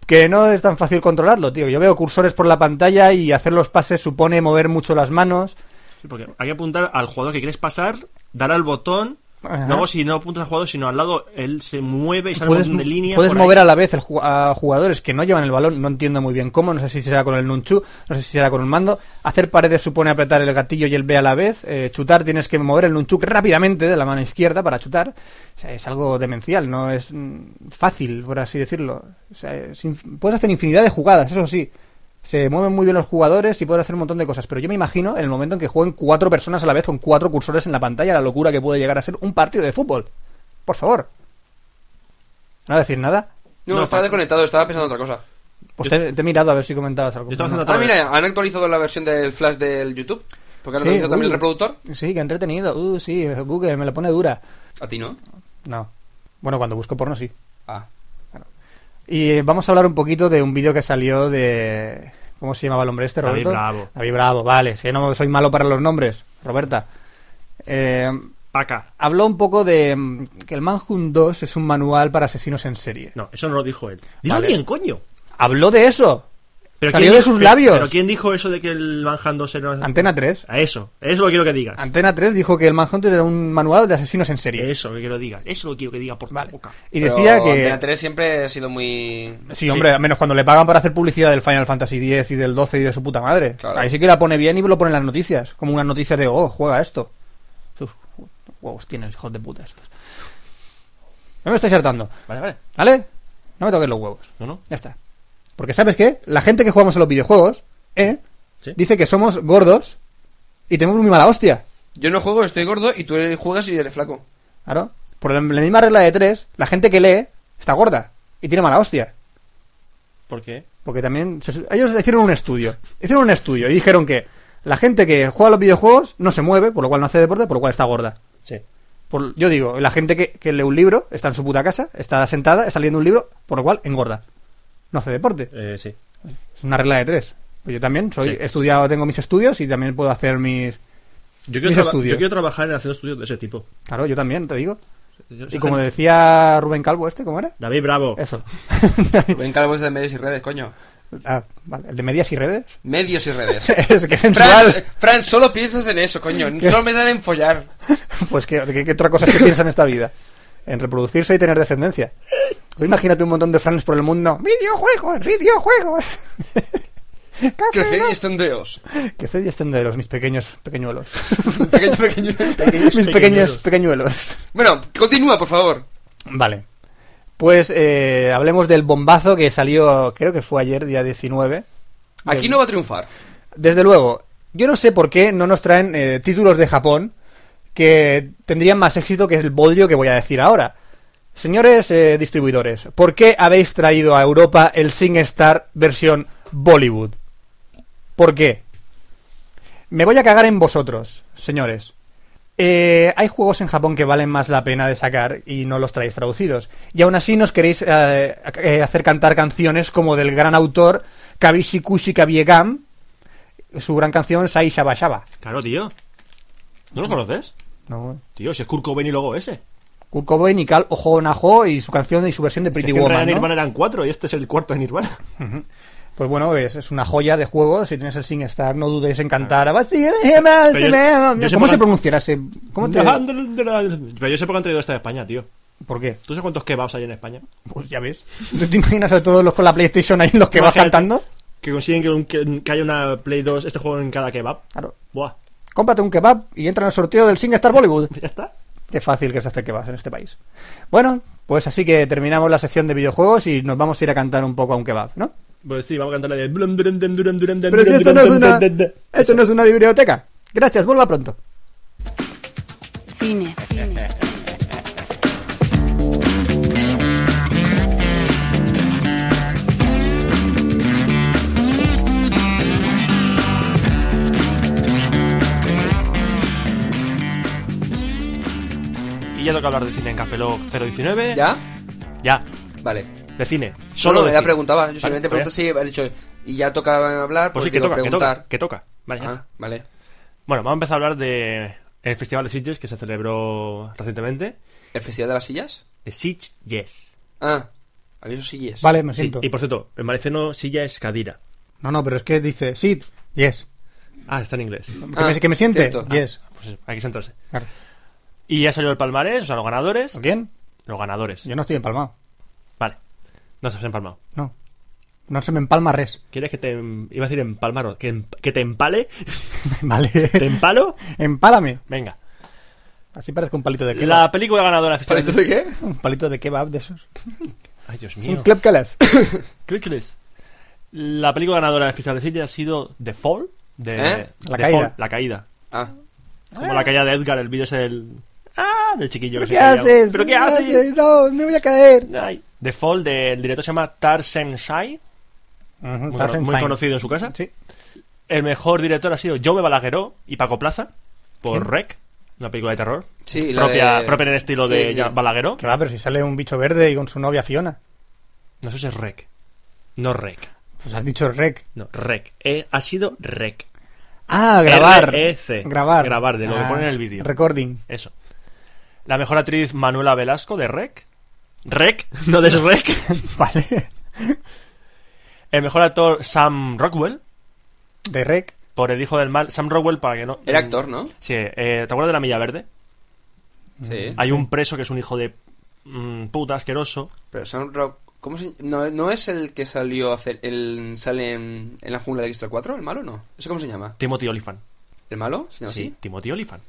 Speaker 3: que no es tan fácil controlarlo, tío. Yo veo cursores por la pantalla y hacer los pases supone mover mucho las manos.
Speaker 1: Sí, porque hay que apuntar al jugador que quieres pasar, dar al botón.
Speaker 3: Ajá.
Speaker 1: Luego, si no apuntas al jugador, sino al lado, él se mueve y sale un
Speaker 3: puedes,
Speaker 1: montón de líneas.
Speaker 3: puedes
Speaker 1: por ahí.
Speaker 3: mover a la vez el ju- a jugadores que no llevan el balón, no entiendo muy bien cómo, no sé si será con el nunchu, no sé si será con un mando. Hacer paredes supone apretar el gatillo y el B a la vez. eh, chutar tienes que mover el nunchuk rápidamente de la mano izquierda para chutar. O sea, es algo demencial, no es mm, fácil, por así decirlo. O sea, es inf- puedes hacer infinidad de jugadas, eso sí. Se mueven muy bien los jugadores y pueden hacer un montón de cosas, pero yo me imagino en el momento en que jueguen cuatro personas a la vez con cuatro cursores en la pantalla, la locura que puede llegar a ser un partido de fútbol. Por favor. ¿No va a decir nada?
Speaker 2: No,
Speaker 1: No,
Speaker 2: estaba
Speaker 1: pa-
Speaker 2: desconectado, estaba pensando en otra cosa.
Speaker 3: Pues te, te he mirado a ver si comentabas algo.
Speaker 1: Yo estaba
Speaker 3: pero no.
Speaker 1: Otra
Speaker 2: ah,
Speaker 1: vez.
Speaker 2: mira, han actualizado la versión del Flash del YouTube. Porque han
Speaker 3: Sí,
Speaker 2: actualizado también el
Speaker 3: uh.
Speaker 2: reproductor.
Speaker 3: Sí, que entretenido. Uh, sí, Google me la pone dura.
Speaker 2: A ti no.
Speaker 3: No. Bueno, cuando busco porno sí.
Speaker 2: Ah.
Speaker 3: Y eh, vamos a hablar un poquito de un vídeo que salió de... ¿Cómo se llamaba el hombre este,
Speaker 1: David
Speaker 3: Roberto?
Speaker 1: Bravo.
Speaker 3: David Bravo, vale. Si no soy malo para los nombres, Roberta. Eh,
Speaker 1: Paca.
Speaker 3: habló un poco de mm, que el Manhunt 2 es un manual para asesinos en serie.
Speaker 1: No, eso no lo dijo él. Dilo
Speaker 3: Vale.
Speaker 1: bien, coño.
Speaker 3: Habló de eso.
Speaker 1: Pero
Speaker 3: Salió
Speaker 1: ¿quién
Speaker 3: de
Speaker 1: dijo-
Speaker 3: sus
Speaker 1: pero-
Speaker 3: labios.
Speaker 1: Pero ¿quién dijo eso de que el Manhunt 2 era una-
Speaker 3: Antena 3.
Speaker 1: A eso. Eso lo quiero que digas.
Speaker 3: Antena 3 dijo que el Manhunt era un manual de asesinos en serie.
Speaker 1: Eso lo quiero que digas. Eso lo quiero que digas por tu
Speaker 3: Vale.
Speaker 1: boca.
Speaker 3: Y decía
Speaker 2: Pero
Speaker 3: que...
Speaker 2: Antena 3 siempre ha sido muy.
Speaker 3: Sí, hombre, a menos cuando le pagan para hacer publicidad del Final Fantasy X y del 12 y de su puta madre.
Speaker 2: Claro.
Speaker 3: Ahí sí que la pone bien y lo pone en las noticias. Como una noticia de, oh, juega esto. Sus huevos tienes, hijos de puta estos. No me estáis hartando,
Speaker 1: Vale, vale.
Speaker 3: ¿vale? No me toques los huevos.
Speaker 1: No, no.
Speaker 3: Ya está. Porque ¿sabes qué? La gente que jugamos a los videojuegos, ¿eh?
Speaker 1: Sí.
Speaker 3: Dice que somos gordos y tenemos muy mala hostia.
Speaker 2: Yo no juego, estoy gordo y tú eres- juegas y eres flaco.
Speaker 3: Claro. Por la la misma regla de tres, la gente que lee está gorda y tiene mala hostia.
Speaker 1: ¿Por qué?
Speaker 3: Porque también se- ellos hicieron un estudio. Hicieron un estudio y dijeron que la gente que juega a los videojuegos no se mueve, por lo cual no hace deporte, por lo cual está gorda.
Speaker 1: Sí.
Speaker 3: Por- yo digo, la gente que, que lee un libro está en su puta casa, está sentada, está leyendo un libro, por lo cual engorda. No hace deporte.
Speaker 1: Eh, sí.
Speaker 3: Es una regla de tres. Pues yo también soy
Speaker 1: Sí.
Speaker 3: he estudiado, tengo mis estudios y también puedo hacer mis.
Speaker 1: Yo quiero,
Speaker 3: Mis
Speaker 1: traba-
Speaker 3: estudios.
Speaker 1: yo quiero trabajar en haciendo estudios de ese tipo.
Speaker 3: Claro, yo también, te digo.
Speaker 1: Yo-
Speaker 3: Y como decía Rubén Calvo, este, ¿cómo era?
Speaker 1: David Bravo.
Speaker 3: Eso.
Speaker 2: Ven calvos de medios y redes, coño.
Speaker 3: Ah, vale. ¿El de medias y redes?
Speaker 2: Medios y redes.
Speaker 3: es que es
Speaker 2: Fran,
Speaker 3: sensual.
Speaker 2: Fran, solo piensas en eso, coño. Solo me dan en follar.
Speaker 3: Pues que, que- que otra cosa se piensa en esta vida. En reproducirse y tener descendencia. Tú imagínate un montón de franes por el mundo. ¡Videojuegos! ¡Videojuegos!
Speaker 2: Crecer y estandeos.
Speaker 3: Que ced y extenderos, mis pequeños pequeñuelos.
Speaker 2: Pequeño, pequeño.
Speaker 3: mis pequeños pequeñuelos.
Speaker 2: Bueno, continúa, por favor.
Speaker 3: Vale. Pues eh, hablemos del bombazo que salió, creo que fue ayer, día 19.
Speaker 2: Aquí
Speaker 3: Bien.
Speaker 2: no va a triunfar.
Speaker 3: Desde luego, yo no sé por qué no nos traen eh, títulos de Japón que tendrían más éxito que el bodrio que voy a decir ahora. Señores eh, distribuidores, ¿por qué habéis traído a Europa el SingStar versión Bollywood? ¿Por qué? Me voy a cagar en vosotros, señores. Eh, hay juegos en Japón que valen más la pena de sacar y no los traéis traducidos. Y aún así nos queréis eh, eh, hacer cantar canciones como del gran autor Kabishi Kushi Kabiegam, su gran canción Sai Shaba Shaba.
Speaker 1: Claro, tío. ¿No lo conoces?
Speaker 3: ¿no?
Speaker 1: Tío, si es Kurt Cobain y luego ese.
Speaker 3: Kurt Cobain y Cal Ojo Najo y su canción y su versión de
Speaker 1: Si
Speaker 3: Pretty
Speaker 1: es que en realidad
Speaker 3: Woman. ¿no?
Speaker 1: Nirvana eran cuatro y este es el cuarto de Nirvana.
Speaker 3: Pues bueno, es, es una joya de juego. Si tienes el SingStar, no dudes en cantar. eh,
Speaker 1: yo- yo sé
Speaker 3: ¿Cómo
Speaker 1: por
Speaker 3: se
Speaker 1: an-
Speaker 3: pronunciará ese? ¿Cómo te...
Speaker 1: Pero yo sé por qué han traído esta de España, tío.
Speaker 3: ¿Por qué?
Speaker 1: ¿Tú sabes cuántos kebabs hay en España?
Speaker 3: Pues ya ves. ¿Tú te imaginas a todos los con la PlayStation ahí los que vas
Speaker 1: Imagínate
Speaker 3: cantando?
Speaker 1: Que consiguen que, un- que- que haya una Play 2, este juego en cada kebab.
Speaker 3: Claro.
Speaker 1: Buah,
Speaker 3: Cómprate un kebab y entra en el sorteo del SingStar Bollywood.
Speaker 1: ya está.
Speaker 3: Qué fácil que se hace kebabs en este país. Bueno, pues así que terminamos la sección de videojuegos y nos vamos a ir a cantar un poco a un kebab, ¿no?
Speaker 1: Pues sí, vamos a cantar la de. blum, durum, dum, durum, durum, dum,
Speaker 3: Pero si
Speaker 1: durum,
Speaker 3: esto no es
Speaker 1: durum,
Speaker 3: una,
Speaker 1: dum, dum, dum.
Speaker 3: esto no es una biblioteca. Gracias, vuelva pronto.
Speaker 4: Cine.
Speaker 1: Y ya toca hablar de cine en Café Lock 019.
Speaker 2: ¿Ya?
Speaker 1: Ya,
Speaker 2: Vale.
Speaker 1: de cine.
Speaker 2: Solo
Speaker 1: Solo
Speaker 2: me
Speaker 1: de
Speaker 2: la
Speaker 1: cine.
Speaker 2: preguntaba. Yo simplemente
Speaker 1: vale.
Speaker 2: pregunté si he dicho. Y ya toca hablar,
Speaker 1: Pues
Speaker 2: pues
Speaker 1: sí, que
Speaker 2: digo,
Speaker 1: toca, que
Speaker 2: preguntar.
Speaker 1: toca, que toca. Vale, ya
Speaker 2: Ah,
Speaker 1: está.
Speaker 2: vale.
Speaker 1: Bueno, vamos a empezar a hablar de el Festival de Sitges que se celebró recientemente.
Speaker 2: ¿El festival de las sillas?
Speaker 1: De Sitges.
Speaker 2: Ah, había esos sillas.
Speaker 3: Vale, me
Speaker 1: Sí,
Speaker 3: siento.
Speaker 1: y por cierto, en valenciano silla es cadira.
Speaker 3: No, no, pero es que dice, sí, yes.
Speaker 1: Ah, está en inglés.
Speaker 3: Que,
Speaker 2: Ah,
Speaker 3: me, que me siente,
Speaker 2: cierto.
Speaker 3: yes.
Speaker 1: Pues eso, hay que sentarse.
Speaker 3: Claro.
Speaker 1: Y ya salió el palmarés, o sea, los ganadores.
Speaker 3: ¿O ¿Quién?
Speaker 1: Los ganadores.
Speaker 3: Yo no estoy empalmado.
Speaker 1: Vale. No se has empalmado.
Speaker 3: No. No se me empalma res.
Speaker 1: ¿Quieres que te... em- Iba a decir empalmar, o que, em- que te empale?
Speaker 3: vale.
Speaker 1: ¿Te empalo?
Speaker 3: Empálame.
Speaker 1: Venga.
Speaker 3: Así parezco un palito de kebab.
Speaker 1: La película ganadora del
Speaker 2: ¿Para
Speaker 1: festival...
Speaker 2: esto de qué?
Speaker 3: Un palito de kebab de esos.
Speaker 1: Ay, Dios
Speaker 3: Un
Speaker 1: mío.
Speaker 3: club calas.
Speaker 1: ¿Qué crees? La película ganadora del festival de Sitges ha sido The Fall. De,
Speaker 2: ¿Eh?
Speaker 3: La
Speaker 1: The
Speaker 3: caída.
Speaker 1: Fall, la caída.
Speaker 2: Ah,
Speaker 1: Como la caída de Edgar, el vídeo es el... ¡Ah! Del chiquillo
Speaker 3: ¿Pero
Speaker 1: que
Speaker 3: qué
Speaker 1: se caía.
Speaker 3: haces?
Speaker 1: ¿Pero qué
Speaker 3: ¿Qué
Speaker 1: haces?
Speaker 3: haces? No, me voy a caer.
Speaker 1: Ay. The Fall del director se llama Tar Sen-sai,
Speaker 3: Ujú,
Speaker 1: muy,
Speaker 3: Tarzan
Speaker 1: cono- muy
Speaker 3: Sign.
Speaker 1: conocido en su casa.
Speaker 3: Sí.
Speaker 1: El mejor director ha sido Jaume Balagueró y Paco Plaza por
Speaker 3: ¿Quién?
Speaker 1: Rec, una película de terror.
Speaker 2: Sí, la
Speaker 1: propia,
Speaker 2: de-
Speaker 1: propia en el estilo de
Speaker 2: Sí, sí.
Speaker 1: Ja- Balagueró.
Speaker 3: Que va, pero si sale un bicho verde y con su novia Fiona.
Speaker 1: No sé si es Rec. No Rec.
Speaker 3: Pues has dicho rec.
Speaker 1: No, Rec. Eh, ha sido Rec.
Speaker 3: Ah, grabar.
Speaker 1: REC.
Speaker 3: Grabar.
Speaker 1: Grabar, de lo que
Speaker 3: Ah,
Speaker 1: pone en el vídeo.
Speaker 3: Recording.
Speaker 1: Eso. La mejor actriz Manuela Velasco de Rec. Rec, no de Rec.
Speaker 3: Vale.
Speaker 1: El mejor actor Sam Rockwell
Speaker 3: De rec.
Speaker 1: por El Hijo del Mal. Sam Rockwell, para que no.
Speaker 2: Era actor, ¿no?
Speaker 1: Sí, eh, ¿te acuerdas de la Milla Verde? Mm.
Speaker 2: Sí.
Speaker 1: Hay un preso que es un hijo de mm, puta asqueroso.
Speaker 2: Pero Sam Rock... ¿Cómo se... no, no es el que salió a hacer... El... Sale en... en la jungla de Crystal 4? ¿El malo no? ¿Eso cómo se llama?
Speaker 1: Timothy Olyphant.
Speaker 2: ¿El malo? ¿Se llama
Speaker 1: sí,
Speaker 2: así?
Speaker 1: Timothy Olyphant.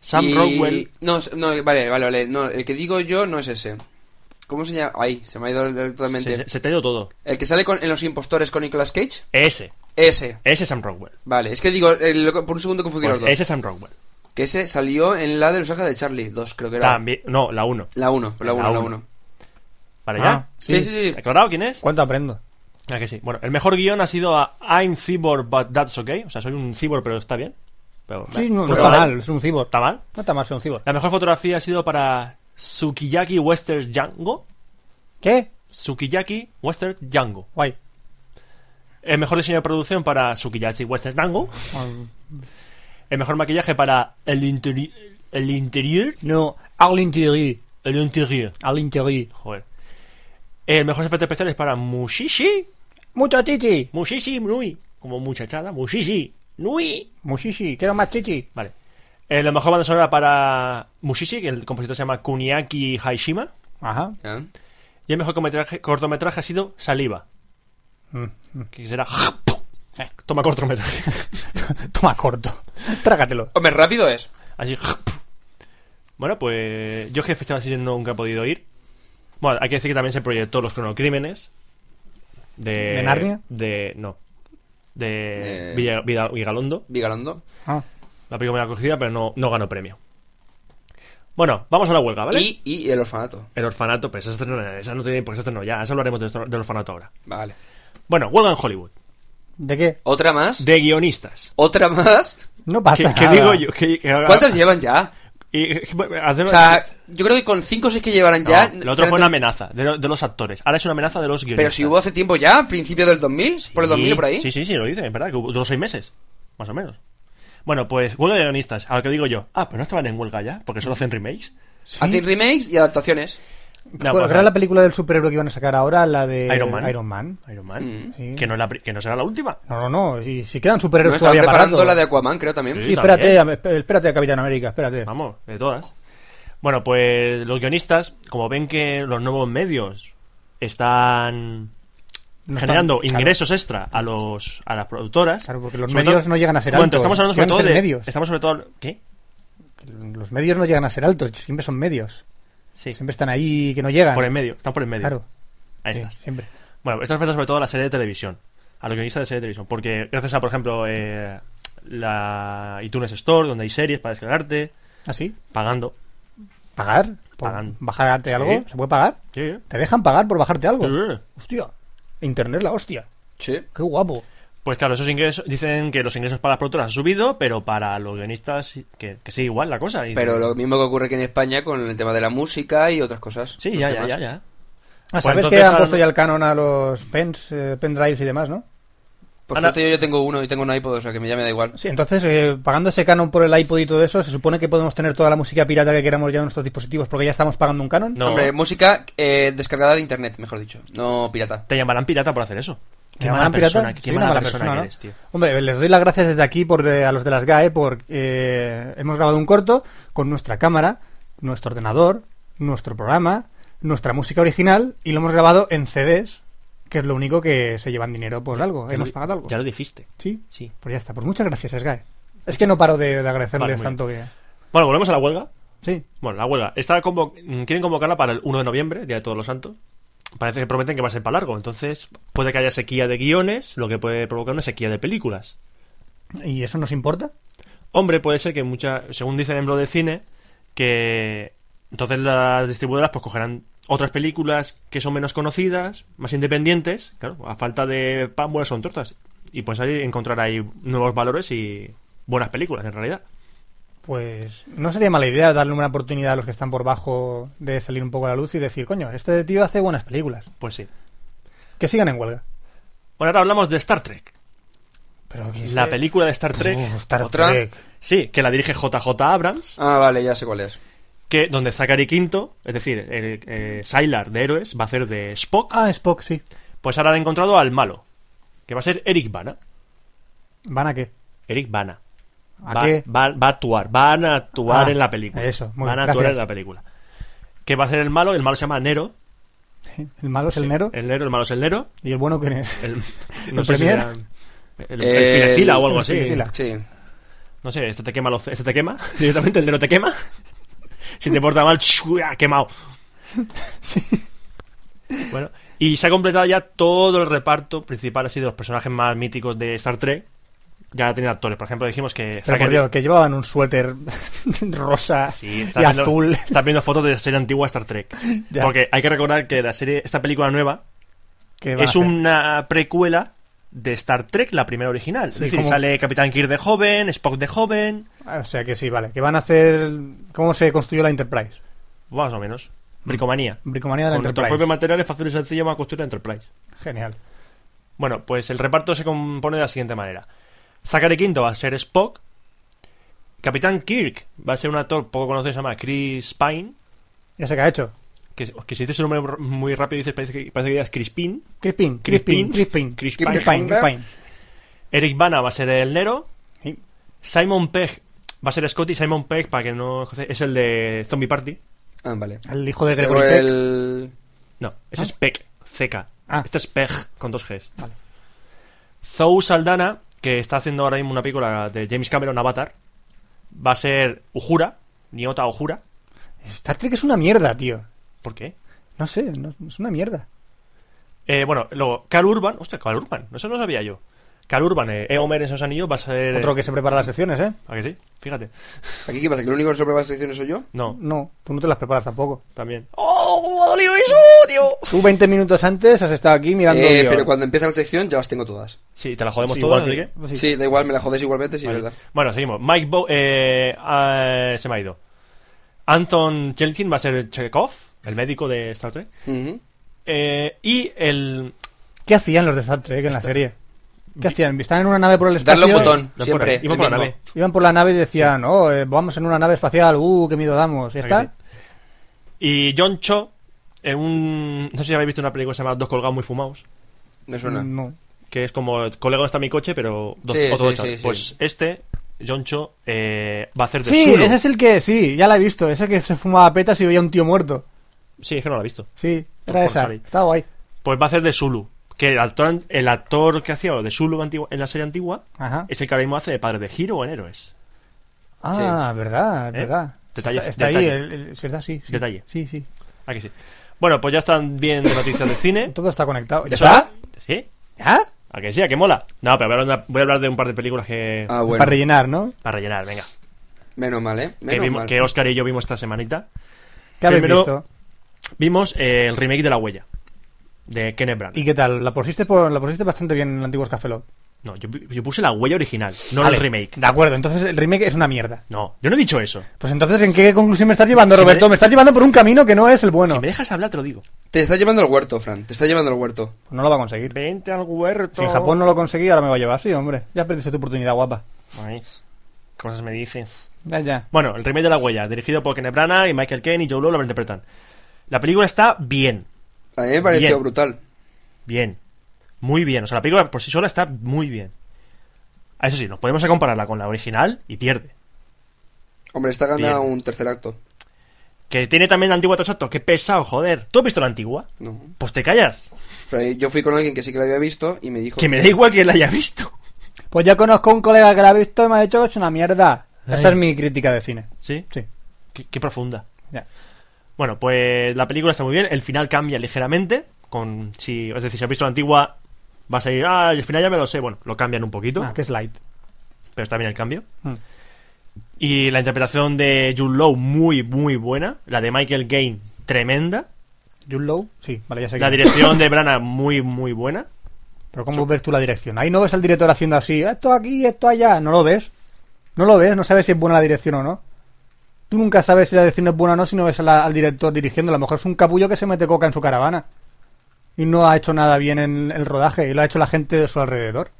Speaker 1: Sam
Speaker 2: Y-
Speaker 1: Rockwell.
Speaker 2: No, no, vale, vale, vale. No, el que digo yo no es ese. ¿Cómo se llama? Ay, se me ha ido totalmente.
Speaker 1: Se, se te ha ido todo.
Speaker 2: El que sale con, en Los Impostores con Nicolas Cage.
Speaker 1: Ese.
Speaker 2: Ese.
Speaker 1: Ese Sam Rockwell.
Speaker 2: Vale, es que digo, eh, lo- por un segundo confundí
Speaker 1: Pues
Speaker 2: los dos.
Speaker 1: ese Sam Rockwell.
Speaker 2: Que ese salió en la de los ángeles de Charlie 2, creo que era.
Speaker 1: También. No, la 1.
Speaker 2: La 1, la
Speaker 1: La
Speaker 2: 1, la
Speaker 1: uno.
Speaker 2: 1.
Speaker 1: ¿Para
Speaker 3: Ah,
Speaker 1: allá?
Speaker 2: Sí, sí, sí.
Speaker 1: ¿Aclarado quién es?
Speaker 3: ¿Cuánto aprendo?
Speaker 1: Ah, que sí. Bueno, el mejor guión ha sido a I'm cyborg, but that's okay. O sea, soy un cyborg, pero está bien. Pero,
Speaker 3: Sí, no, no
Speaker 1: Pero
Speaker 3: está
Speaker 1: vale. Pues
Speaker 3: mal, es un cibor.
Speaker 1: ¿Está mal?
Speaker 3: No está mal ser un cibor.
Speaker 1: La mejor fotografía ha sido para Sukiyaki Western Django.
Speaker 3: ¿Qué?
Speaker 1: Sukiyaki Western Django.
Speaker 3: Guay.
Speaker 1: El mejor diseño de producción para Sukiyaki Western Django.
Speaker 3: Um,
Speaker 1: El mejor maquillaje para el, interi- el interior.
Speaker 3: No, a l'interieur.
Speaker 1: El interior.
Speaker 3: A l'interieur.
Speaker 1: Joder. El mejor efecto especial es para Mushishi.
Speaker 3: Mucho chichi.
Speaker 1: Mushishi Nui. Como muchachada. Mushishi Nui.
Speaker 3: Mushishi, quiero más chichi.
Speaker 1: Vale. Eh, la mejor banda sonora para Mushishi, que el compositor se llama Kuniaki Haishima.
Speaker 3: Ajá.
Speaker 2: ¿Eh?
Speaker 1: Y el mejor cometraje- cortometraje ha sido Saliva,
Speaker 3: Mm.
Speaker 1: que será... Toma cortometraje.
Speaker 3: Toma corto. Trágatelo.
Speaker 2: Hombre, rápido es.
Speaker 1: Así... Bueno, pues yo es que festival así nunca he podido ir. Bueno, hay que decir que también se proyectó los cronocrímenes de...
Speaker 3: ¿De Narnia?
Speaker 1: De... No. De
Speaker 2: De-
Speaker 1: Villa- Vida- Vigalondo.
Speaker 2: Vigalondo.
Speaker 3: Ah.
Speaker 1: La película muy acogida, pero no, no ganó premio. Bueno, vamos a la huelga, ¿vale?
Speaker 2: Y, y el orfanato.
Speaker 1: El orfanato, pues esa, esa no tiene por qué se estrenó ya. Eso hablaremos de esto- del orfanato ahora.
Speaker 2: Vale.
Speaker 1: Bueno, huelga en Hollywood.
Speaker 3: ¿De qué?
Speaker 2: ¿Otra más?
Speaker 1: De guionistas.
Speaker 2: ¿Otra más?
Speaker 3: No pasa
Speaker 1: ¿Qué, qué
Speaker 3: nada.
Speaker 1: digo yo? ¿Qué- qué-
Speaker 2: ¿Cuántas llevan ya?
Speaker 1: y- hacer-
Speaker 2: O sea, yo creo que con 5 o 6 que llevarán
Speaker 1: No,
Speaker 2: ya.
Speaker 1: lo otro fue
Speaker 2: serán-
Speaker 1: una amenaza de, lo- de los actores. Ahora es una amenaza de los guionistas.
Speaker 2: Pero si hubo hace tiempo ya, principio del 2000, por el 2000 o por ahí.
Speaker 1: Sí, sí, sí, lo dice, es verdad, que hubo dos seis meses, más o menos. Bueno, pues huelga de guionistas, a lo que digo yo. Ah, pero no estaban en huelga ya, porque solo hacen remakes.
Speaker 2: Hacen remakes y adaptaciones.
Speaker 1: No,
Speaker 3: ¿Cuál-
Speaker 1: pues,
Speaker 3: era la película del superhéroe que iban a sacar ahora? La de
Speaker 1: Iron Man.
Speaker 3: Iron Man.
Speaker 1: Iron Man,
Speaker 2: Mm.
Speaker 3: Sí.
Speaker 1: que, no es la pri- que no será la última.
Speaker 3: No, no, no. Si, si quedan
Speaker 2: No
Speaker 3: superhéroes
Speaker 2: estaban
Speaker 3: todavía
Speaker 2: preparando
Speaker 3: parando.
Speaker 2: la de Aquaman, creo también.
Speaker 1: Sí.
Speaker 3: Sí, espérate,
Speaker 1: también.
Speaker 3: a- espérate a Capitán América, espérate.
Speaker 1: Vamos, de todas. Bueno, pues los guionistas, como ven que los nuevos medios están
Speaker 3: No están-
Speaker 1: generando
Speaker 3: claro.
Speaker 1: ingresos extra a los a las productoras.
Speaker 3: Claro, porque los
Speaker 1: sobre
Speaker 3: medios no llegan a ser
Speaker 1: Bueno,
Speaker 3: altos,
Speaker 1: estamos hablando sobre
Speaker 3: llegan a
Speaker 1: todo
Speaker 3: ser
Speaker 1: de
Speaker 3: medios.
Speaker 1: Estamos sobre todo ¿qué?
Speaker 3: Los medios no llegan a ser altos, siempre son medios.
Speaker 1: Sí.
Speaker 3: Siempre están ahí que no llegan.
Speaker 1: Por el medio, están por el medio.
Speaker 3: Claro,
Speaker 1: Ahí
Speaker 3: sí,
Speaker 1: estás.
Speaker 3: siempre.
Speaker 1: Bueno, esto afecta sobre todo a la serie de televisión, a los guionistas de serie de televisión, porque gracias a, por ejemplo, eh, la iTunes Store, donde hay series para descargarte,
Speaker 3: ¿Así?
Speaker 1: pagando.
Speaker 3: ¿Ah, ¿Pagar? ¿Por
Speaker 1: Pagan.
Speaker 3: bajarte
Speaker 1: Sí.
Speaker 3: algo? ¿Se puede pagar?
Speaker 1: Sí, sí.
Speaker 3: ¿Te dejan pagar por bajarte algo?
Speaker 1: Sí.
Speaker 3: Hostia, internet la hostia.
Speaker 2: Sí.
Speaker 3: Qué guapo. Ah,
Speaker 1: Pues claro, esos ingresos dicen que los ingresos para las productoras han subido, pero para los guionistas que, que sigue igual la cosa. Y-
Speaker 2: Pero lo mismo que ocurre que en España con el tema de la música y otras cosas.
Speaker 1: Sí,
Speaker 2: Los
Speaker 1: ya, ya,
Speaker 2: temas.
Speaker 1: ya, ya.
Speaker 3: Ah,
Speaker 1: Pues
Speaker 3: Sabes
Speaker 1: entonces
Speaker 3: que han
Speaker 1: ahora
Speaker 3: puesto
Speaker 1: no-
Speaker 3: ya el canon a los pens, eh, pendrives y demás, ¿no?
Speaker 2: Por
Speaker 1: Ana-
Speaker 2: suerte yo, yo tengo uno y tengo un iPod, o sea que me ya me da igual.
Speaker 3: Sí, entonces eh, pagando ese canon por el iPod y todo eso, se supone que podemos tener toda la música pirata que queramos ya en nuestros dispositivos porque ya estamos pagando un canon.
Speaker 1: No,
Speaker 2: Hombre, música eh, descargada de internet, mejor dicho. No pirata.
Speaker 1: te llamarán pirata por hacer eso.
Speaker 3: ¿Me llamarán pirata?
Speaker 1: persona, qué
Speaker 3: Soy
Speaker 1: mala
Speaker 3: una mala
Speaker 1: persona
Speaker 3: persona,
Speaker 1: que
Speaker 3: ¿no?
Speaker 1: eres, tío.
Speaker 3: Hombre, les doy las gracias desde aquí por, eh, a los de las GAE porque eh, hemos grabado un corto con nuestra cámara, nuestro ordenador, nuestro programa, nuestra música original y lo hemos grabado en CDs, que es lo único que se llevan dinero por algo.
Speaker 1: Ya
Speaker 3: hemos
Speaker 1: lo-
Speaker 3: pagado algo.
Speaker 1: Ya lo dijiste.
Speaker 3: Sí,
Speaker 1: Sí.
Speaker 3: pues ya está. Pues muchas gracias, SGAE. Es que no paro de, de agradecerles
Speaker 1: Vale, muy
Speaker 3: tanto que...
Speaker 1: Bueno, volvemos a la huelga.
Speaker 3: Sí.
Speaker 1: Bueno, la huelga. Está convo- mm, quieren convocarla para el 1 de noviembre, Día de Todos los Santos. Parece que prometen que va a ser para largo. Entonces, puede que haya sequía de guiones, lo que puede provocar una sequía de películas.
Speaker 3: ¿Y eso nos importa?
Speaker 1: Hombre, puede ser que muchas, según dicen en Blog de Cine, que entonces las distribuidoras pues cogerán otras películas que son menos conocidas, más independientes, claro, a falta de pan buenas son tortas y pues ahí encontrar ahí nuevos valores y buenas películas en realidad.
Speaker 3: Pues no sería mala idea darle una oportunidad a los que están por bajo de salir un poco a la luz y decir, coño, este tío hace buenas películas.
Speaker 1: Pues sí.
Speaker 3: Que sigan en huelga.
Speaker 1: Bueno, ahora hablamos de Star Trek.
Speaker 3: Pero que
Speaker 1: La
Speaker 3: se-
Speaker 1: película de Star Trek,
Speaker 3: Oh, Star
Speaker 2: ¿Otra?
Speaker 3: Trek.
Speaker 1: sí, que la dirige JJ Abrams,
Speaker 2: Ah, vale, ya sé cuál es.
Speaker 1: que donde Zachary Quinto, es decir, el, eh, Sylar de Héroes, va a hacer de Spock.
Speaker 3: Ah, Spock, sí.
Speaker 1: Pues ahora han encontrado al malo, que va a ser Eric Bana.
Speaker 3: ¿Van a qué?
Speaker 1: Eric Bana.
Speaker 3: ¿A
Speaker 1: va,
Speaker 3: qué?
Speaker 1: va- va a actuar, van a actuar
Speaker 3: Ah,
Speaker 1: en la película.
Speaker 3: eso, muy
Speaker 1: van a
Speaker 3: bien,
Speaker 1: actuar
Speaker 3: gracias.
Speaker 1: en la película. ¿Qué va a ser el malo? El malo se llama Nero.
Speaker 3: ¿El malo es el
Speaker 1: Sí,
Speaker 3: Nero?
Speaker 1: El Nero, el malo es el Nero.
Speaker 3: ¿Y el bueno quién es?
Speaker 1: El,
Speaker 3: ¿El
Speaker 1: no sé si
Speaker 3: Premier?
Speaker 1: era- el, el
Speaker 2: El-
Speaker 1: Filefila o algo
Speaker 3: el
Speaker 1: así.
Speaker 3: Filefila.
Speaker 2: Sí.
Speaker 1: No sé, este te quema, los- este te quema. Directamente el Nero te quema. Si te porta mal, ¡chua! quemado. Bueno, y se ha completado ya todo el reparto principal así de los personajes más míticos de Star Trek. Ya tienen actores. Por ejemplo, dijimos que
Speaker 3: Pero por
Speaker 1: Zachary-
Speaker 3: Dios, que llevaban un suéter rosa
Speaker 1: Sí,
Speaker 3: y
Speaker 1: está viendo,
Speaker 3: azul.
Speaker 1: está viendo fotos de la serie antigua Star Trek.
Speaker 3: Ya.
Speaker 1: Porque hay que recordar que la serie, esta película nueva
Speaker 3: que van a
Speaker 1: es
Speaker 3: hacer.
Speaker 1: una precuela de Star Trek, la primera original. es
Speaker 3: Sí,
Speaker 1: decir,
Speaker 3: como-
Speaker 1: sale Capitán Kirk de joven, Spock de joven,
Speaker 3: Ah, O sea que sí, vale. Que van a hacer. ¿Cómo se construyó la Enterprise?
Speaker 1: más o menos. Bricomanía.
Speaker 3: Bricomanía de Mm. la
Speaker 1: Con nuestros propios
Speaker 3: Enterprise.
Speaker 1: materiales fácil y sencillo más costura Enterprise.
Speaker 3: Genial.
Speaker 1: Bueno, pues el reparto se compone de la siguiente manera. Zachary Quinto va a ser Spock. Capitán Kirk va a ser un actor poco conocido, se llama Chris Pine.
Speaker 3: Ya sé qué ha hecho.
Speaker 1: Que, que si dices su nombre muy rápido, dices, parece que, parece que digas Chris Pine.
Speaker 3: Crispin,
Speaker 1: Crispin,
Speaker 3: Crispin, Crispin.
Speaker 1: Crispin.
Speaker 3: Crispin, Crispin.
Speaker 1: Eric Bana va a ser el Nero.
Speaker 3: Sí.
Speaker 1: Simon Pegg va a ser Scotty. Simon Pegg, para que no. Es el de Zombie Party.
Speaker 2: Ah, vale.
Speaker 3: El hijo de
Speaker 2: Pero
Speaker 3: Gregory Peck.
Speaker 2: el...
Speaker 1: No, ese
Speaker 3: Ah.
Speaker 1: es Pegg, CK.
Speaker 3: Ah.
Speaker 1: Este es Pegg, con dos Gs.
Speaker 3: Vale.
Speaker 1: Zoe Saldana, que está haciendo ahora mismo una película de James Cameron Avatar, va a ser Uhura, Niota Uhura.
Speaker 3: Star Trek es una mierda, tío.
Speaker 1: ¿Por qué?
Speaker 3: No sé, no- es una mierda.
Speaker 1: Eh, bueno, luego, Carl Urban. Hostia, Carl Urban, eso no lo sabía yo. Carl Urban, eh, E. Homer en esos anillos, va a ser.
Speaker 3: Otro que se prepara las sesiones, ¿eh?
Speaker 1: ¿A que sí? Fíjate.
Speaker 2: ¿Aquí qué pasa? ¿Que el único que sobre las secciones soy yo?
Speaker 1: No,
Speaker 3: No, tú no te las preparas tampoco.
Speaker 1: también. ¡Oh, cómo ha dolido eso, tío!
Speaker 3: Tú 20 minutos antes has estado aquí mirando. el
Speaker 2: Eh,
Speaker 3: guión.
Speaker 2: pero cuando empieza la sección ya las tengo todas.
Speaker 1: Sí, te la jodemos
Speaker 3: Sí,
Speaker 1: todos,
Speaker 3: igual
Speaker 1: así
Speaker 3: que-
Speaker 1: que-
Speaker 3: pues
Speaker 2: Sí,
Speaker 3: sí.
Speaker 2: da igual, me la jodéis igualmente, sí,
Speaker 1: Vale.
Speaker 2: verdad.
Speaker 1: Bueno, seguimos. Mike Bow... eh, ah, se me ha ido. Anton Jelkin va a ser Chekhov, el médico de Star Trek.
Speaker 2: Ujú.
Speaker 1: Eh, y el.
Speaker 3: ¿Qué hacían los de Star Trek en la serie? ¿Qué hacían? ¿Estaban en una nave por el espacio?
Speaker 2: Darle un botón,
Speaker 1: No,
Speaker 2: siempre.
Speaker 1: por- iba por la
Speaker 2: el
Speaker 1: nave.
Speaker 2: mismo.
Speaker 3: Iban por la nave y decían, oh, eh, vamos en una nave espacial, uh, qué miedo damos. ¿Ya
Speaker 1: O sea que
Speaker 3: está?
Speaker 1: Y John Cho, en un. No sé si habéis visto una película que se llama Dos colgados muy fumados.
Speaker 2: Me suena.
Speaker 3: No.
Speaker 1: Que es como, colega, ¿dónde está mi coche? Pero. Dos,
Speaker 2: Sí,
Speaker 1: otro
Speaker 2: sí,
Speaker 1: coche.
Speaker 2: sí, sí.
Speaker 1: Pues este, John Cho, eh, va a hacer de
Speaker 3: Sí,
Speaker 1: Zulu.
Speaker 3: ese es el que, sí, ya la he visto. Ese que se fumaba petas y veía un tío muerto.
Speaker 1: Sí, es que no lo he visto.
Speaker 3: Sí,
Speaker 1: Por
Speaker 3: era esa.
Speaker 1: Sally.
Speaker 3: Estaba guay.
Speaker 1: Pues va a hacer de Zulu. Que el actor, el actor que hacía de Zulu antigua- en la serie antigua
Speaker 3: Ajá.
Speaker 1: es el que ahora mismo hace de padre de Hiro en Héroes.
Speaker 3: Ah, verdad,
Speaker 1: ¿Eh?
Speaker 3: verdad.
Speaker 1: Detalle,
Speaker 3: está está
Speaker 1: detalle.
Speaker 3: ahí, el- el- es verdad, sí, sí.
Speaker 1: Detalle.
Speaker 3: Sí, sí.
Speaker 1: Ah, que sí. Bueno, pues ya están bien de noticias de cine.
Speaker 3: Todo está conectado. ¿Ya
Speaker 2: Eso-
Speaker 3: está?
Speaker 1: ¿Sí?
Speaker 3: ¿Ya?
Speaker 2: Ah,
Speaker 1: ¿A que sí? ¿A que mola? No, pero voy a hablar de- voy a hablar de un par de películas que...
Speaker 2: Ah, bueno.
Speaker 3: Para rellenar, ¿no?
Speaker 1: Para rellenar, venga.
Speaker 2: Menos mal, ¿eh?
Speaker 1: Que,
Speaker 2: Menos
Speaker 1: vimos,
Speaker 2: mal.
Speaker 1: que Oscar y yo vimos esta semanita.
Speaker 3: ¿Qué habéis
Speaker 1: Primero-
Speaker 3: visto?
Speaker 1: Vimos eh, el remake de La Huella. De Kenneth Branagh.
Speaker 3: ¿Y qué tal? ¿La pusiste, por, la pusiste bastante bien en el antiguo Café Lock?
Speaker 1: No, yo, yo puse La Huella original, no
Speaker 3: Vale,
Speaker 1: el remake.
Speaker 3: De acuerdo, entonces el remake es una mierda.
Speaker 1: No, yo no he dicho eso.
Speaker 3: Pues entonces, ¿en qué conclusión me estás llevando,
Speaker 1: Si me
Speaker 3: Roberto?
Speaker 1: de-
Speaker 3: Me estás llevando por un camino que no es el bueno.
Speaker 1: Si me dejas hablar, te lo digo.
Speaker 2: Te está llevando al huerto, Fran. Te está llevando al huerto.
Speaker 3: Pues no lo va a conseguir.
Speaker 1: Vente al huerto.
Speaker 3: Si en Japón no lo conseguí, ahora me va a llevar. Sí, hombre. Ya perdiste tu oportunidad, guapa.
Speaker 1: Ay, cosas me dices.
Speaker 3: Ya, ya.
Speaker 1: Bueno, el remake de La Huella, dirigido por Kenneth Branagh y Michael Caine y Joe Lowe lo interpretan. La película está bien.
Speaker 2: A mí me pareció
Speaker 1: Bien.
Speaker 2: brutal.
Speaker 1: Bien. Muy bien. O sea, la película por sí sola está muy bien. Ah, Eso sí, nos podemos a compararla con la original y pierde.
Speaker 2: Hombre, esta gana
Speaker 1: Bien.
Speaker 2: un tercer acto.
Speaker 1: Que tiene también la antigua Tosato. Qué pesado, joder. ¿Tú has visto la antigua?
Speaker 2: No.
Speaker 1: Pues te callas.
Speaker 2: Pero yo fui con alguien que sí que la había visto y me dijo.
Speaker 1: Que me da igual quién la haya visto.
Speaker 3: Pues ya conozco a un colega que la ha visto y me ha dicho que es una mierda. Esa
Speaker 1: Ay.
Speaker 3: es mi crítica de cine.
Speaker 1: Sí.
Speaker 3: Sí.
Speaker 1: Qué, qué profunda.
Speaker 3: Ya.
Speaker 1: Bueno, pues la película está muy bien. El final cambia ligeramente. Con, si, es decir, si has visto la antigua, vas a ir. Ah, el final ya me lo sé. Bueno, lo cambian un poquito.
Speaker 3: Ah, que es light.
Speaker 1: Pero está bien el cambio.
Speaker 3: Mm.
Speaker 1: Y la interpretación de Jude Law muy, muy buena. La de Michael Caine, tremenda.
Speaker 3: Jude Law, sí, vale, ya sé
Speaker 1: La
Speaker 3: quién.
Speaker 1: dirección de Brana, muy, muy buena.
Speaker 3: Pero ¿cómo ves tú la dirección? Ahí no ves al director haciendo así, esto aquí, esto allá, no lo ves. No lo ves, no sabes si es buena la dirección o no. Tú nunca sabes si la dirección es buena o no si no ves a la- al director dirigiendo. A lo mejor es un capullo que se mete coca en su caravana. Y no ha hecho nada bien en el rodaje. Y lo ha hecho la gente de su alrededor.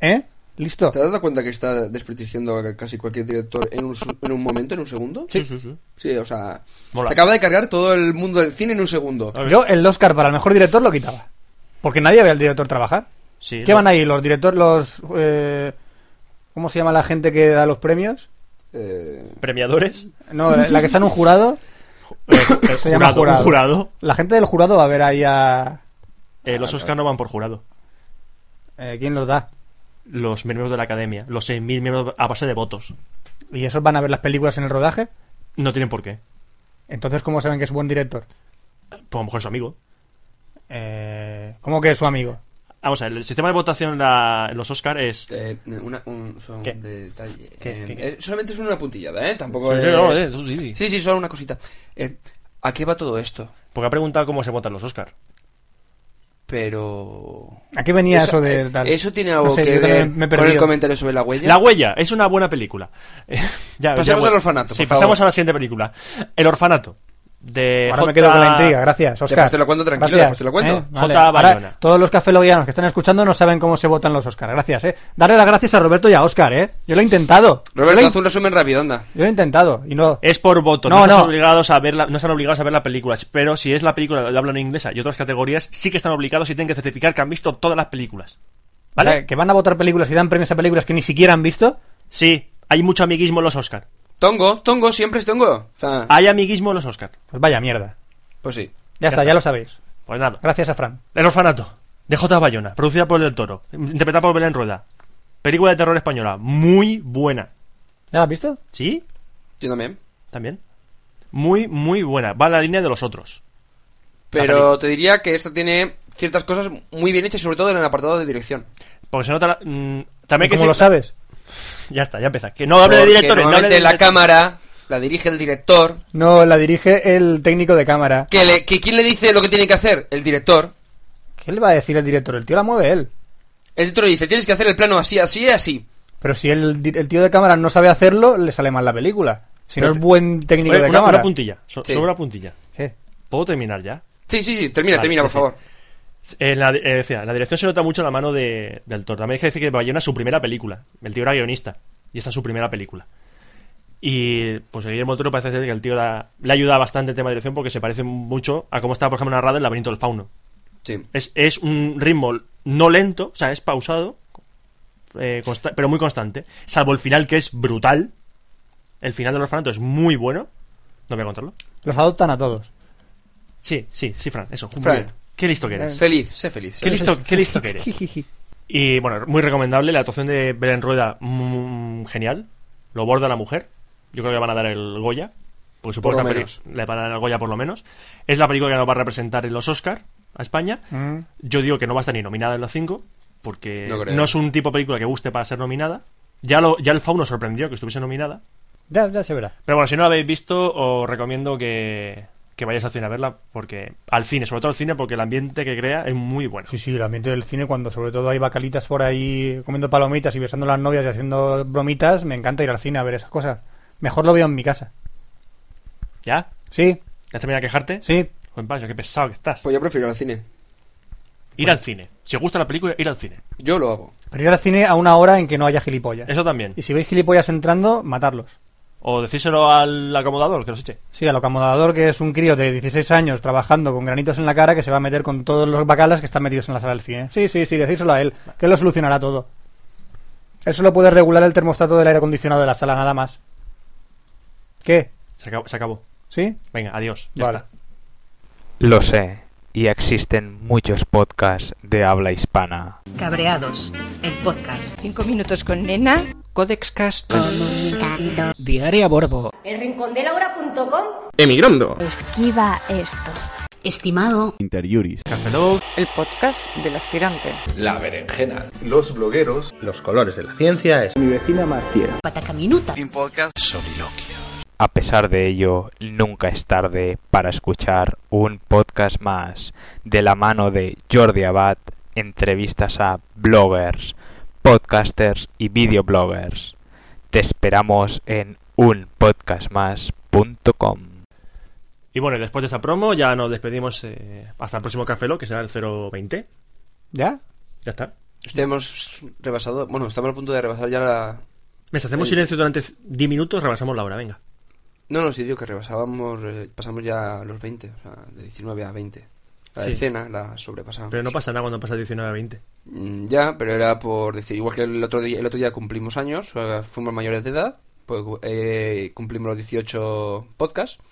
Speaker 3: ¿Eh? ¿Listo?
Speaker 2: ¿Te has dado cuenta que está desprestigiando a casi cualquier director en un, su- en un momento, en un segundo?
Speaker 1: Sí, sí, sí.
Speaker 2: Sí, o sea,
Speaker 1: Mola. Ah.
Speaker 2: se acaba de cargar todo el mundo del cine en un segundo.
Speaker 1: A ver.
Speaker 3: Yo el Oscar para el mejor director lo quitaba. Porque nadie ve al director trabajar.
Speaker 1: Sí,
Speaker 3: ¿Qué
Speaker 1: lo-
Speaker 3: van ahí? ¿Los directores, los... eh, ¿Cómo se llama la gente que da los premios?
Speaker 2: Eh,
Speaker 1: Premiadores.
Speaker 3: No, la que está en un jurado. Eh, se
Speaker 1: jurado,
Speaker 3: llama jurado. Ah,
Speaker 1: un jurado.
Speaker 3: La gente del jurado va a ver ahí a.
Speaker 1: Eh, los Oscar no van por jurado.
Speaker 3: eh, ¿Quién los da?
Speaker 1: Los miembros de la academia. Los 6.000 miembros a base de votos.
Speaker 3: ¿Y esos van a ver las películas en el rodaje?
Speaker 1: No tienen por qué.
Speaker 3: Entonces, ¿cómo saben que es buen director?
Speaker 1: Pues a lo mejor es su amigo.
Speaker 3: Eh, ¿Cómo que es su amigo?
Speaker 1: Vamos a ver, el sistema de votación en la- en los Oscar es.
Speaker 2: eh, una- un son
Speaker 1: ¿Qué?
Speaker 2: detalle.
Speaker 1: ¿Qué,
Speaker 2: Eh,
Speaker 1: qué, qué?
Speaker 2: eh, solamente es una puntillada, ¿eh? Tampoco
Speaker 1: Sí, sí,
Speaker 2: es-
Speaker 1: no, eh, eso sí.
Speaker 2: Sí, sí, solo una cosita. Eh, ¿A qué va todo esto?
Speaker 1: Porque ha preguntado cómo se votan los Oscar.
Speaker 2: Pero...
Speaker 3: ¿A qué venía eso,
Speaker 2: eh,
Speaker 3: de tal?
Speaker 2: eso tiene
Speaker 3: No
Speaker 2: algo
Speaker 3: sé,
Speaker 2: que
Speaker 3: yo
Speaker 2: ver
Speaker 3: también me he
Speaker 2: con el
Speaker 3: perdido.
Speaker 2: comentario sobre la huella.
Speaker 1: La huella es una buena película. Ya,
Speaker 2: Pasemos
Speaker 1: ya-
Speaker 2: al orfanato,
Speaker 1: Sí,
Speaker 2: por favor.
Speaker 1: pasamos a la siguiente película. El orfanato. De
Speaker 3: Ahora me
Speaker 1: J.
Speaker 3: quedo con la intriga, gracias, Oscar.
Speaker 2: Después te lo cuento tranquilo, después
Speaker 3: Gracias,
Speaker 2: te lo cuento.
Speaker 3: ¿eh? Vale,
Speaker 1: J.
Speaker 3: ahora
Speaker 1: Bayona.
Speaker 3: todos los cafeloguianos que están escuchando no saben cómo se votan los Oscar. Gracias, ¿eh? Darle las gracias a Roberto y a Oscar, ¿eh? Yo lo he intentado.
Speaker 2: Roberto,
Speaker 3: yo, lo he,
Speaker 2: haz un resumen rápido, anda.
Speaker 3: yo lo he intentado y no.
Speaker 1: Es por voto,
Speaker 3: No,
Speaker 1: no,
Speaker 3: no.
Speaker 1: Están obligados a ver la, no están obligados a ver la película, pero si es la película de habla no inglesa y otras categorías, sí que están obligados y tienen que certificar que han visto todas las películas.
Speaker 3: O sea,
Speaker 1: ¿Vale?
Speaker 3: que van a votar películas y dan premios a películas que ni siquiera han visto.
Speaker 1: Sí, hay mucho amiguismo en los Oscar.
Speaker 2: Tongo, tongo, siempre es tongo. O sea,
Speaker 1: Hay amiguismo en los Oscar.
Speaker 3: Pues vaya mierda.
Speaker 2: pues sí.
Speaker 3: Ya, está,
Speaker 1: está.
Speaker 3: ya lo sabéis.
Speaker 1: Pues nada.
Speaker 3: Gracias a Fran.
Speaker 1: El orfanato, de J. Bayona, producida por El Toro, interpretada por Belén Rueda. Película de terror española, muy buena.
Speaker 3: ¿Ya la has visto?
Speaker 1: ¿Sí?
Speaker 2: Yo también.
Speaker 1: También. Muy, muy buena. Va a la línea de los otros.
Speaker 2: Pero te diría que esta tiene ciertas cosas muy bien hechas, sobre todo en el apartado de dirección.
Speaker 1: Porque se nota... la- mm, también hay que
Speaker 3: ¿Cómo
Speaker 1: decir-
Speaker 3: lo sabes?
Speaker 1: Ya está, ya empieza. Que no hable de
Speaker 2: Porque
Speaker 1: directores. No hable
Speaker 2: Normalmente
Speaker 1: de
Speaker 2: la
Speaker 1: directores.
Speaker 2: cámara la dirige el director.
Speaker 3: No, la dirige el técnico de cámara.
Speaker 2: Que, le, que ¿Quién le dice lo que tiene que hacer? El director.
Speaker 3: ¿Qué le va a decir el director? El tío la mueve él.
Speaker 2: El director le dice, tienes que hacer el plano así, así, así.
Speaker 3: Pero si el, di- el tío de cámara no sabe hacerlo, le sale mal la película. Si no
Speaker 2: Pero
Speaker 3: es
Speaker 2: te-
Speaker 3: buen técnico
Speaker 1: Oye,
Speaker 3: de
Speaker 1: una,
Speaker 3: cámara.
Speaker 1: una puntilla. so-
Speaker 2: Sí.
Speaker 1: Solo una puntilla.
Speaker 3: ¿Qué?
Speaker 1: ¿Puedo terminar ya?
Speaker 2: Sí, sí, sí, termina,
Speaker 1: Vale,
Speaker 2: termina, por
Speaker 1: sí.
Speaker 2: favor.
Speaker 1: En la, eh, decía, en la dirección se nota mucho la mano de, del Thor. También hay que decir que Bayona es su primera película. El tío era guionista. Y esta es su primera película. Y pues Guillermo del Toro parece ser que el tío da- le ayuda bastante en tema de dirección porque se parece mucho a cómo está, por ejemplo, narrado el laberinto del fauno.
Speaker 2: Sí.
Speaker 1: Es, es un ritmo no lento, o sea, es pausado, eh, consta- pero muy constante. Salvo el final que es brutal. El final del orfanato es muy bueno. No voy a contarlo.
Speaker 3: Los adoptan a todos.
Speaker 1: Sí, sí, sí, Fran, eso. muy
Speaker 2: Fran.
Speaker 1: bien. Qué listo que eres.
Speaker 2: Feliz, sé feliz. sé
Speaker 1: Qué
Speaker 2: feliz.
Speaker 1: listo, qué listo que eres. Y bueno, muy recomendable. La actuación de Belén Rueda, mm, genial. Lo borda la mujer. Yo creo que le van a dar el Goya. Pues
Speaker 2: Por
Speaker 1: supongo
Speaker 2: lo
Speaker 1: que esta peli-
Speaker 2: menos.
Speaker 1: le van a dar el Goya por lo menos. Es la película que nos va a representar en los Oscar a España.
Speaker 3: Mm.
Speaker 1: Yo digo que no va a estar ni nominada en los cinco, porque
Speaker 2: No
Speaker 1: no,
Speaker 2: creo.
Speaker 1: es un tipo de película que guste para ser nominada. Ya, lo, ya el Fauno sorprendió que estuviese nominada.
Speaker 3: Ya, ya se verá.
Speaker 1: Pero bueno, si no la habéis visto, os recomiendo que, que vayáis al cine a verla, porque al cine, sobre todo al cine, porque el ambiente que crea es muy bueno.
Speaker 3: Sí, sí, el ambiente del cine, cuando sobre todo hay bacalitas por ahí comiendo palomitas y besando a las novias y haciendo bromitas, me encanta ir al cine a ver esas cosas. Mejor lo veo en mi casa.
Speaker 1: ¿Ya?
Speaker 3: Sí,
Speaker 1: ¿Ya has terminado de quejarte? Pues,
Speaker 3: sí.
Speaker 1: Joder, Pancho, qué pesado que estás.
Speaker 2: Pues yo prefiero el cine.
Speaker 1: ir al cine. Si os gusta la película, ir al cine.
Speaker 3: Eh.
Speaker 2: Yo lo hago.
Speaker 3: Pero ir al cine a una hora en que no haya gilipollas.
Speaker 1: Eso también.
Speaker 3: Y si veis gilipollas entrando, matarlos.
Speaker 1: O decírselo al acomodador, que los eche.
Speaker 3: Sí, al acomodador que es un crío de 16 años trabajando con granitos en la cara que se va a meter con todos los bacalas que están metidos en la sala del cine. Sí, sí, sí, decírselo a él, que él lo solucionará todo. Eso lo puede regular el termostato del aire acondicionado de la sala nada más. ¿Qué?
Speaker 1: Se acabó. se acabó.
Speaker 3: ¿Sí?
Speaker 1: Venga, adiós. Ya
Speaker 3: Vale.
Speaker 1: está.
Speaker 6: Lo sé, y existen muchos podcasts de habla hispana.
Speaker 7: Cabreados, el podcast.
Speaker 8: Cinco minutos con nena.
Speaker 9: Codex Cast,
Speaker 8: Diaria Borbo.
Speaker 10: elrincondelahora.com
Speaker 11: Emigrando.
Speaker 4: Esquiva esto.
Speaker 7: Estimado
Speaker 8: Interiuris.
Speaker 1: Café Lock,
Speaker 9: El podcast del aspirante.
Speaker 10: La berenjena.
Speaker 8: Los blogueros.
Speaker 10: Los colores de la ciencia es
Speaker 7: Patacaminuta.
Speaker 6: A pesar de ello, nunca es tarde para escuchar un podcast más de la mano de Jordi Abad, entrevistas a bloggers, podcasters y videobloggers. Te esperamos en unpodcastmas.com.
Speaker 1: Y bueno, y después de esta promo ya nos despedimos eh, hasta el próximo Café Lock, que será el 020.
Speaker 3: ¿Ya?
Speaker 1: Ya está.
Speaker 2: Este hemos rebasado. Bueno, estamos a punto de rebasar ya la.
Speaker 1: Mes, hacemos
Speaker 2: El-
Speaker 1: silencio durante 10 minutos, rebasamos la hora, venga.
Speaker 2: No, no, sí, digo que rebasábamos. eh, pasamos ya los 20, o sea, de 19 a 20. La
Speaker 1: Sí.
Speaker 2: decena la
Speaker 3: Ah,
Speaker 2: sobrepasamos.
Speaker 1: Pero no pasa nada cuando pasa de 19 a 20.
Speaker 2: Mm, Ya, pero era por decir, igual que el otro día, el otro día cumplimos años, eh, fuimos mayores de edad, pues eh, cumplimos los 18 podcasts.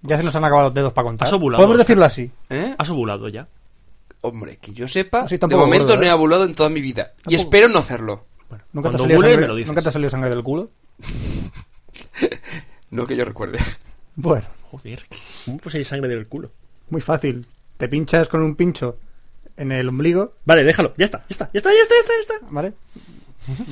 Speaker 3: Ya se nos han acabado los dedos para contar.
Speaker 1: Has ovulado,
Speaker 3: Podemos
Speaker 1: Oscar.
Speaker 3: decirlo así.
Speaker 2: ¿Eh?
Speaker 1: Has ovulado ya.
Speaker 2: Hombre, que yo sepa,
Speaker 3: Así
Speaker 2: de
Speaker 3: tampoco
Speaker 2: momento
Speaker 3: gordo,
Speaker 2: no he
Speaker 3: ¿eh?
Speaker 2: abulado en toda mi vida. Y
Speaker 3: Tampoco.
Speaker 2: espero no hacerlo.
Speaker 1: Bueno,
Speaker 3: ¿Nunca te, ha
Speaker 1: cuando
Speaker 3: salido
Speaker 1: ovule
Speaker 3: sangre,
Speaker 1: me lo dices.
Speaker 3: ¿Nunca te ha salido sangre del culo?
Speaker 2: No que yo recuerde.
Speaker 3: Bueno,
Speaker 1: Joder, ¿cómo puede salir sangre del culo?
Speaker 3: muy fácil. Te pinchas con un pincho en el ombligo,
Speaker 1: Vale, déjalo, ya está, ya está, ya está, ya está, ya está. Ya está.
Speaker 3: ¿vale?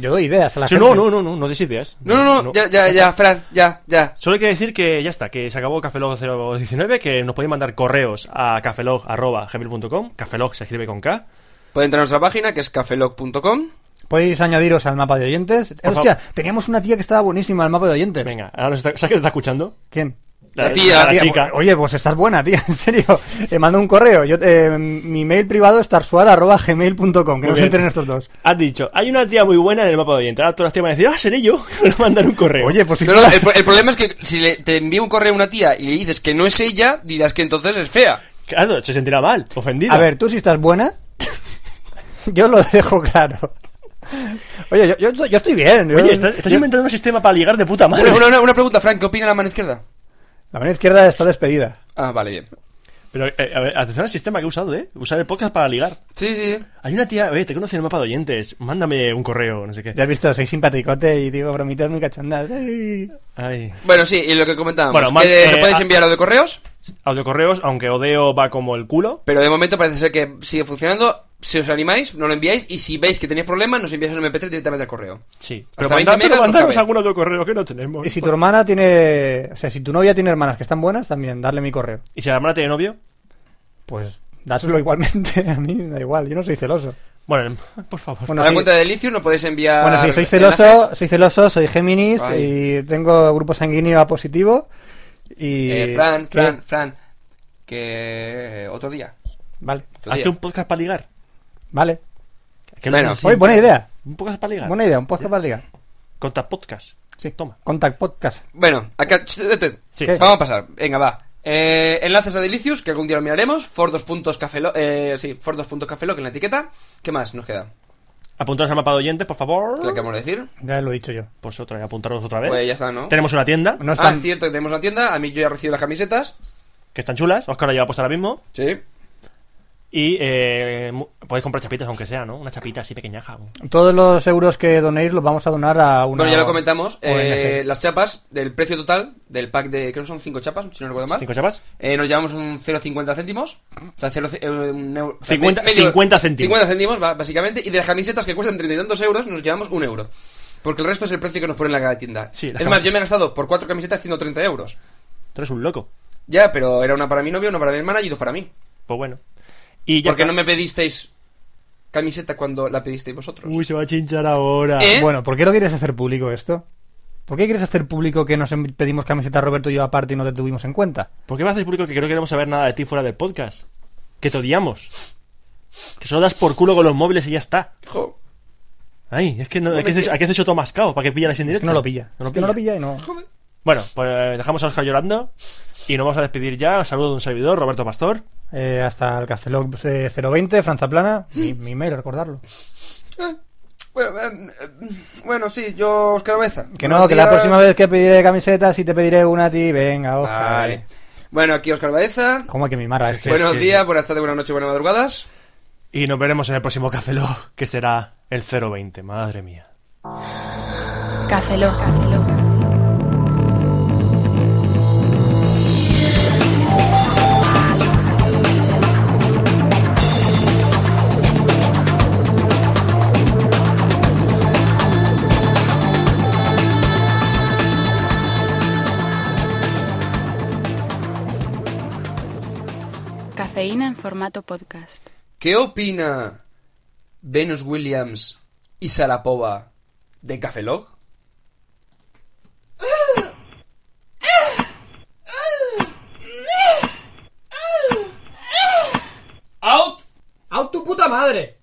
Speaker 3: Yo doy ideas a la
Speaker 1: Sí,
Speaker 3: gente.
Speaker 1: no, no, no, no, no des ideas.
Speaker 2: No, no, no, ya, ya, ya, Fran, ya, ya.
Speaker 1: Solo hay que decir que ya está, que se acabó Cafelog 019, que nos podéis mandar correos a cafelog.gmail.com, cafelog se escribe con K.
Speaker 2: Pueden entrar a nuestra página que es cafelog.com.
Speaker 3: Podéis añadiros al mapa de oyentes.
Speaker 1: Por
Speaker 3: Hostia, teníamos una tía que estaba buenísima al mapa de oyentes.
Speaker 1: Venga, ahora se está- ¿sabes que te está escuchando?
Speaker 3: ¿Quién?
Speaker 2: La tía,
Speaker 1: la,
Speaker 2: la
Speaker 3: Tía,
Speaker 1: chica.
Speaker 3: o- Oye, pues estás buena, tía, en serio. Te mando un correo. Yo, eh, mi mail privado es tarsuar.gmail.com. Que
Speaker 1: Muy
Speaker 3: nos
Speaker 1: bien.
Speaker 3: entren estos dos.
Speaker 1: Has dicho, hay una tía muy buena en el mapa de oyentes. Ahora todas las tías van a decir, ah, seré yo. Me van a mandar un correo.
Speaker 3: Oye, pues si
Speaker 2: No, eh, no, el, pro- el problema es que si le- te envía un correo a una tía y le dices que no es ella, dirás que entonces es fea.
Speaker 1: claro, se sentirá mal, ofendida.
Speaker 3: A ver, tú si estás buena, yo lo dejo claro. Oye, yo, yo- yo estoy bien. yo-
Speaker 1: Oye, estás, estás
Speaker 3: yo-
Speaker 1: inventando un sistema para ligar de puta madre.
Speaker 2: Una, una- una- una pregunta, Fran, ¿qué opina la mano izquierda?
Speaker 3: La mano izquierda está despedida.
Speaker 2: Ah, vale, bien.
Speaker 1: Pero, eh, a ver, atención al sistema que he usado, ¿eh? Usar el podcast para ligar.
Speaker 2: Sí, sí.
Speaker 1: Hay una tía, oye, te conocí en el mapa de oyentes. Mándame un correo, no sé qué.
Speaker 3: Ya has visto, soy simpaticote y digo bromitas muy cachondas. Ay.
Speaker 1: Ay.
Speaker 2: Bueno, sí, y lo que comentábamos,
Speaker 1: Bueno,
Speaker 2: que
Speaker 1: mal- eh,
Speaker 2: nos podéis
Speaker 1: a-
Speaker 3: ah.
Speaker 2: enviar lo de correos,
Speaker 1: Audio correos, aunque Odeo va como el culo.
Speaker 2: pero de momento parece ser que sigue funcionando. Si os animáis, no lo enviáis, y si veis que tenéis problemas, nos enviáis un MP3 directamente al correo.
Speaker 1: Sí.
Speaker 2: Hasta
Speaker 1: Pero,
Speaker 2: 20
Speaker 1: mandad- pero
Speaker 2: megas no
Speaker 1: mandaros
Speaker 2: cabe.
Speaker 1: algún audio correo que no tenemos.
Speaker 3: Y si tu hermana tiene. O sea, si tu novia tiene hermanas que están buenas, también darle mi correo.
Speaker 1: ¿Y si la hermana tiene novio?
Speaker 3: Pues dáselo igualmente. A mí me da igual, yo no soy celoso.
Speaker 1: Bueno, por favor.
Speaker 3: Bueno,
Speaker 2: a la
Speaker 3: sí.
Speaker 2: Pues cuenta de Licius nos podéis enviar.
Speaker 3: Bueno, sí, soy
Speaker 2: enlaces.
Speaker 3: celoso, soy celoso, soy Géminis
Speaker 2: Ay.
Speaker 3: y tengo grupo sanguíneo A positivo. Y.
Speaker 2: Eh, Fran,
Speaker 3: ¿Qué?
Speaker 2: Fran, Fran. Que eh, otro día.
Speaker 3: Vale,
Speaker 2: Otro
Speaker 1: Hazte
Speaker 2: día.
Speaker 1: un podcast para ligar.
Speaker 3: vale.
Speaker 1: Que lo
Speaker 2: Bueno,
Speaker 1: hacen
Speaker 3: Oye,
Speaker 1: siempre.
Speaker 3: buena idea.
Speaker 1: Un podcast para ligar.
Speaker 3: Buena idea, un podcast para ligar.
Speaker 1: Conta podcast. Sí, toma.
Speaker 3: Contact podcast.
Speaker 2: Bueno, acá. ch- eh, eh,
Speaker 1: Sí.
Speaker 3: ¿Qué?
Speaker 2: Vamos a pasar, venga, va. Eh, enlaces a Delicius, que algún día lo miraremos. For 2.cafelo, eh, sí, for 2.cafelo en la etiqueta. ¿Qué más nos queda?
Speaker 1: Apuntaros al mapa de oyentes, por favor.
Speaker 2: ¿Qué acabamos de decir?
Speaker 3: Ya lo he dicho yo.
Speaker 1: Pues otra vez, apuntaros otra vez.
Speaker 2: Pues ya está, ¿no?
Speaker 1: Tenemos una tienda,
Speaker 3: No
Speaker 2: Ah,
Speaker 3: están,
Speaker 2: es cierto que tenemos una tienda. A mí yo ya recibo las camisetas.
Speaker 1: que están chulas. Oscar la lleva puesta ahora mismo.
Speaker 2: Sí.
Speaker 1: Y eh, mu- podéis comprar chapitas, aunque sea, ¿no? Una chapita así pequeñaja.
Speaker 3: Todos los euros que donéis los vamos a donar a una.
Speaker 2: Bueno, ya lo comentamos. eh,
Speaker 3: ONG.
Speaker 2: las chapas, del precio total del pack de. Creo que son 5 chapas, si no recuerdo mal.
Speaker 1: ¿Cinco chapas?
Speaker 2: Eh, nos llevamos un 0,50 céntimos. O sea, 0, eh, un euro- o sea,
Speaker 1: 50
Speaker 2: medio-
Speaker 1: 50 céntimos.
Speaker 2: 50 céntimos, va, básicamente. Y de las camisetas que cuestan treinta y tantos euros, nos llevamos un euro. Porque el resto es el precio que nos ponen en la tienda.
Speaker 1: Sí, la
Speaker 2: es
Speaker 1: cam-
Speaker 2: más, yo me he gastado por cuatro camisetas 130 euros.
Speaker 1: Tú eres un loco.
Speaker 2: Ya, pero era una para mi novio, una para mi hermana y dos para mí.
Speaker 1: Pues bueno. Y ya
Speaker 2: Porque
Speaker 1: está.
Speaker 2: no me pedisteis camiseta cuando la pedisteis vosotros.
Speaker 1: Uy, se va a chinchar ahora.
Speaker 2: ¿Eh?
Speaker 3: Bueno, ¿por qué no quieres hacer público esto? ¿Por qué quieres hacer público que nos em- pedimos camiseta Roberto y yo aparte y no te tuvimos en cuenta?
Speaker 1: ¿Por qué me haces público que creo que no queremos saber nada de ti fuera del podcast? Que te odiamos. Que solo das por culo con los móviles y ya está.
Speaker 2: Jo,
Speaker 1: Ay, es que no, es que
Speaker 2: me
Speaker 1: has hecho- aquí has hecho todo mascado para que pilla la sin
Speaker 3: Es que
Speaker 1: directo.
Speaker 3: no lo pilla.
Speaker 1: No lo
Speaker 3: Es que no lo pilla y no.
Speaker 2: joder.
Speaker 1: Bueno, pues eh, dejamos a Oscar llorando y nos vamos a despedir ya. Un saludo de un servidor, Roberto Pastor.
Speaker 3: Eh, hasta el Café Lock, eh, 020, Franza Plana. Mi, mi mail, recordarlo.
Speaker 2: Eh, Bueno, eh, eh, bueno, sí, yo Oscar Cabeza.
Speaker 3: Que no, que la próxima vez que pediré camisetas y te pediré una a ti, venga, Oscar.
Speaker 2: Vale. Bueno, aquí Oscar Baeza.
Speaker 3: ¿Cómo hay que mimar a este?
Speaker 2: Buenos días, buenas tardes, buenas noches, buenas madrugadas.
Speaker 1: Y nos veremos en el próximo Café Lock, que será el 020. Madre mía.
Speaker 4: Cafelog. Cafeína en formato podcast.
Speaker 2: ¿Qué opina Venus Williams y Sarapova de Cafelog? ¡Out!
Speaker 3: ¡Out tu puta madre!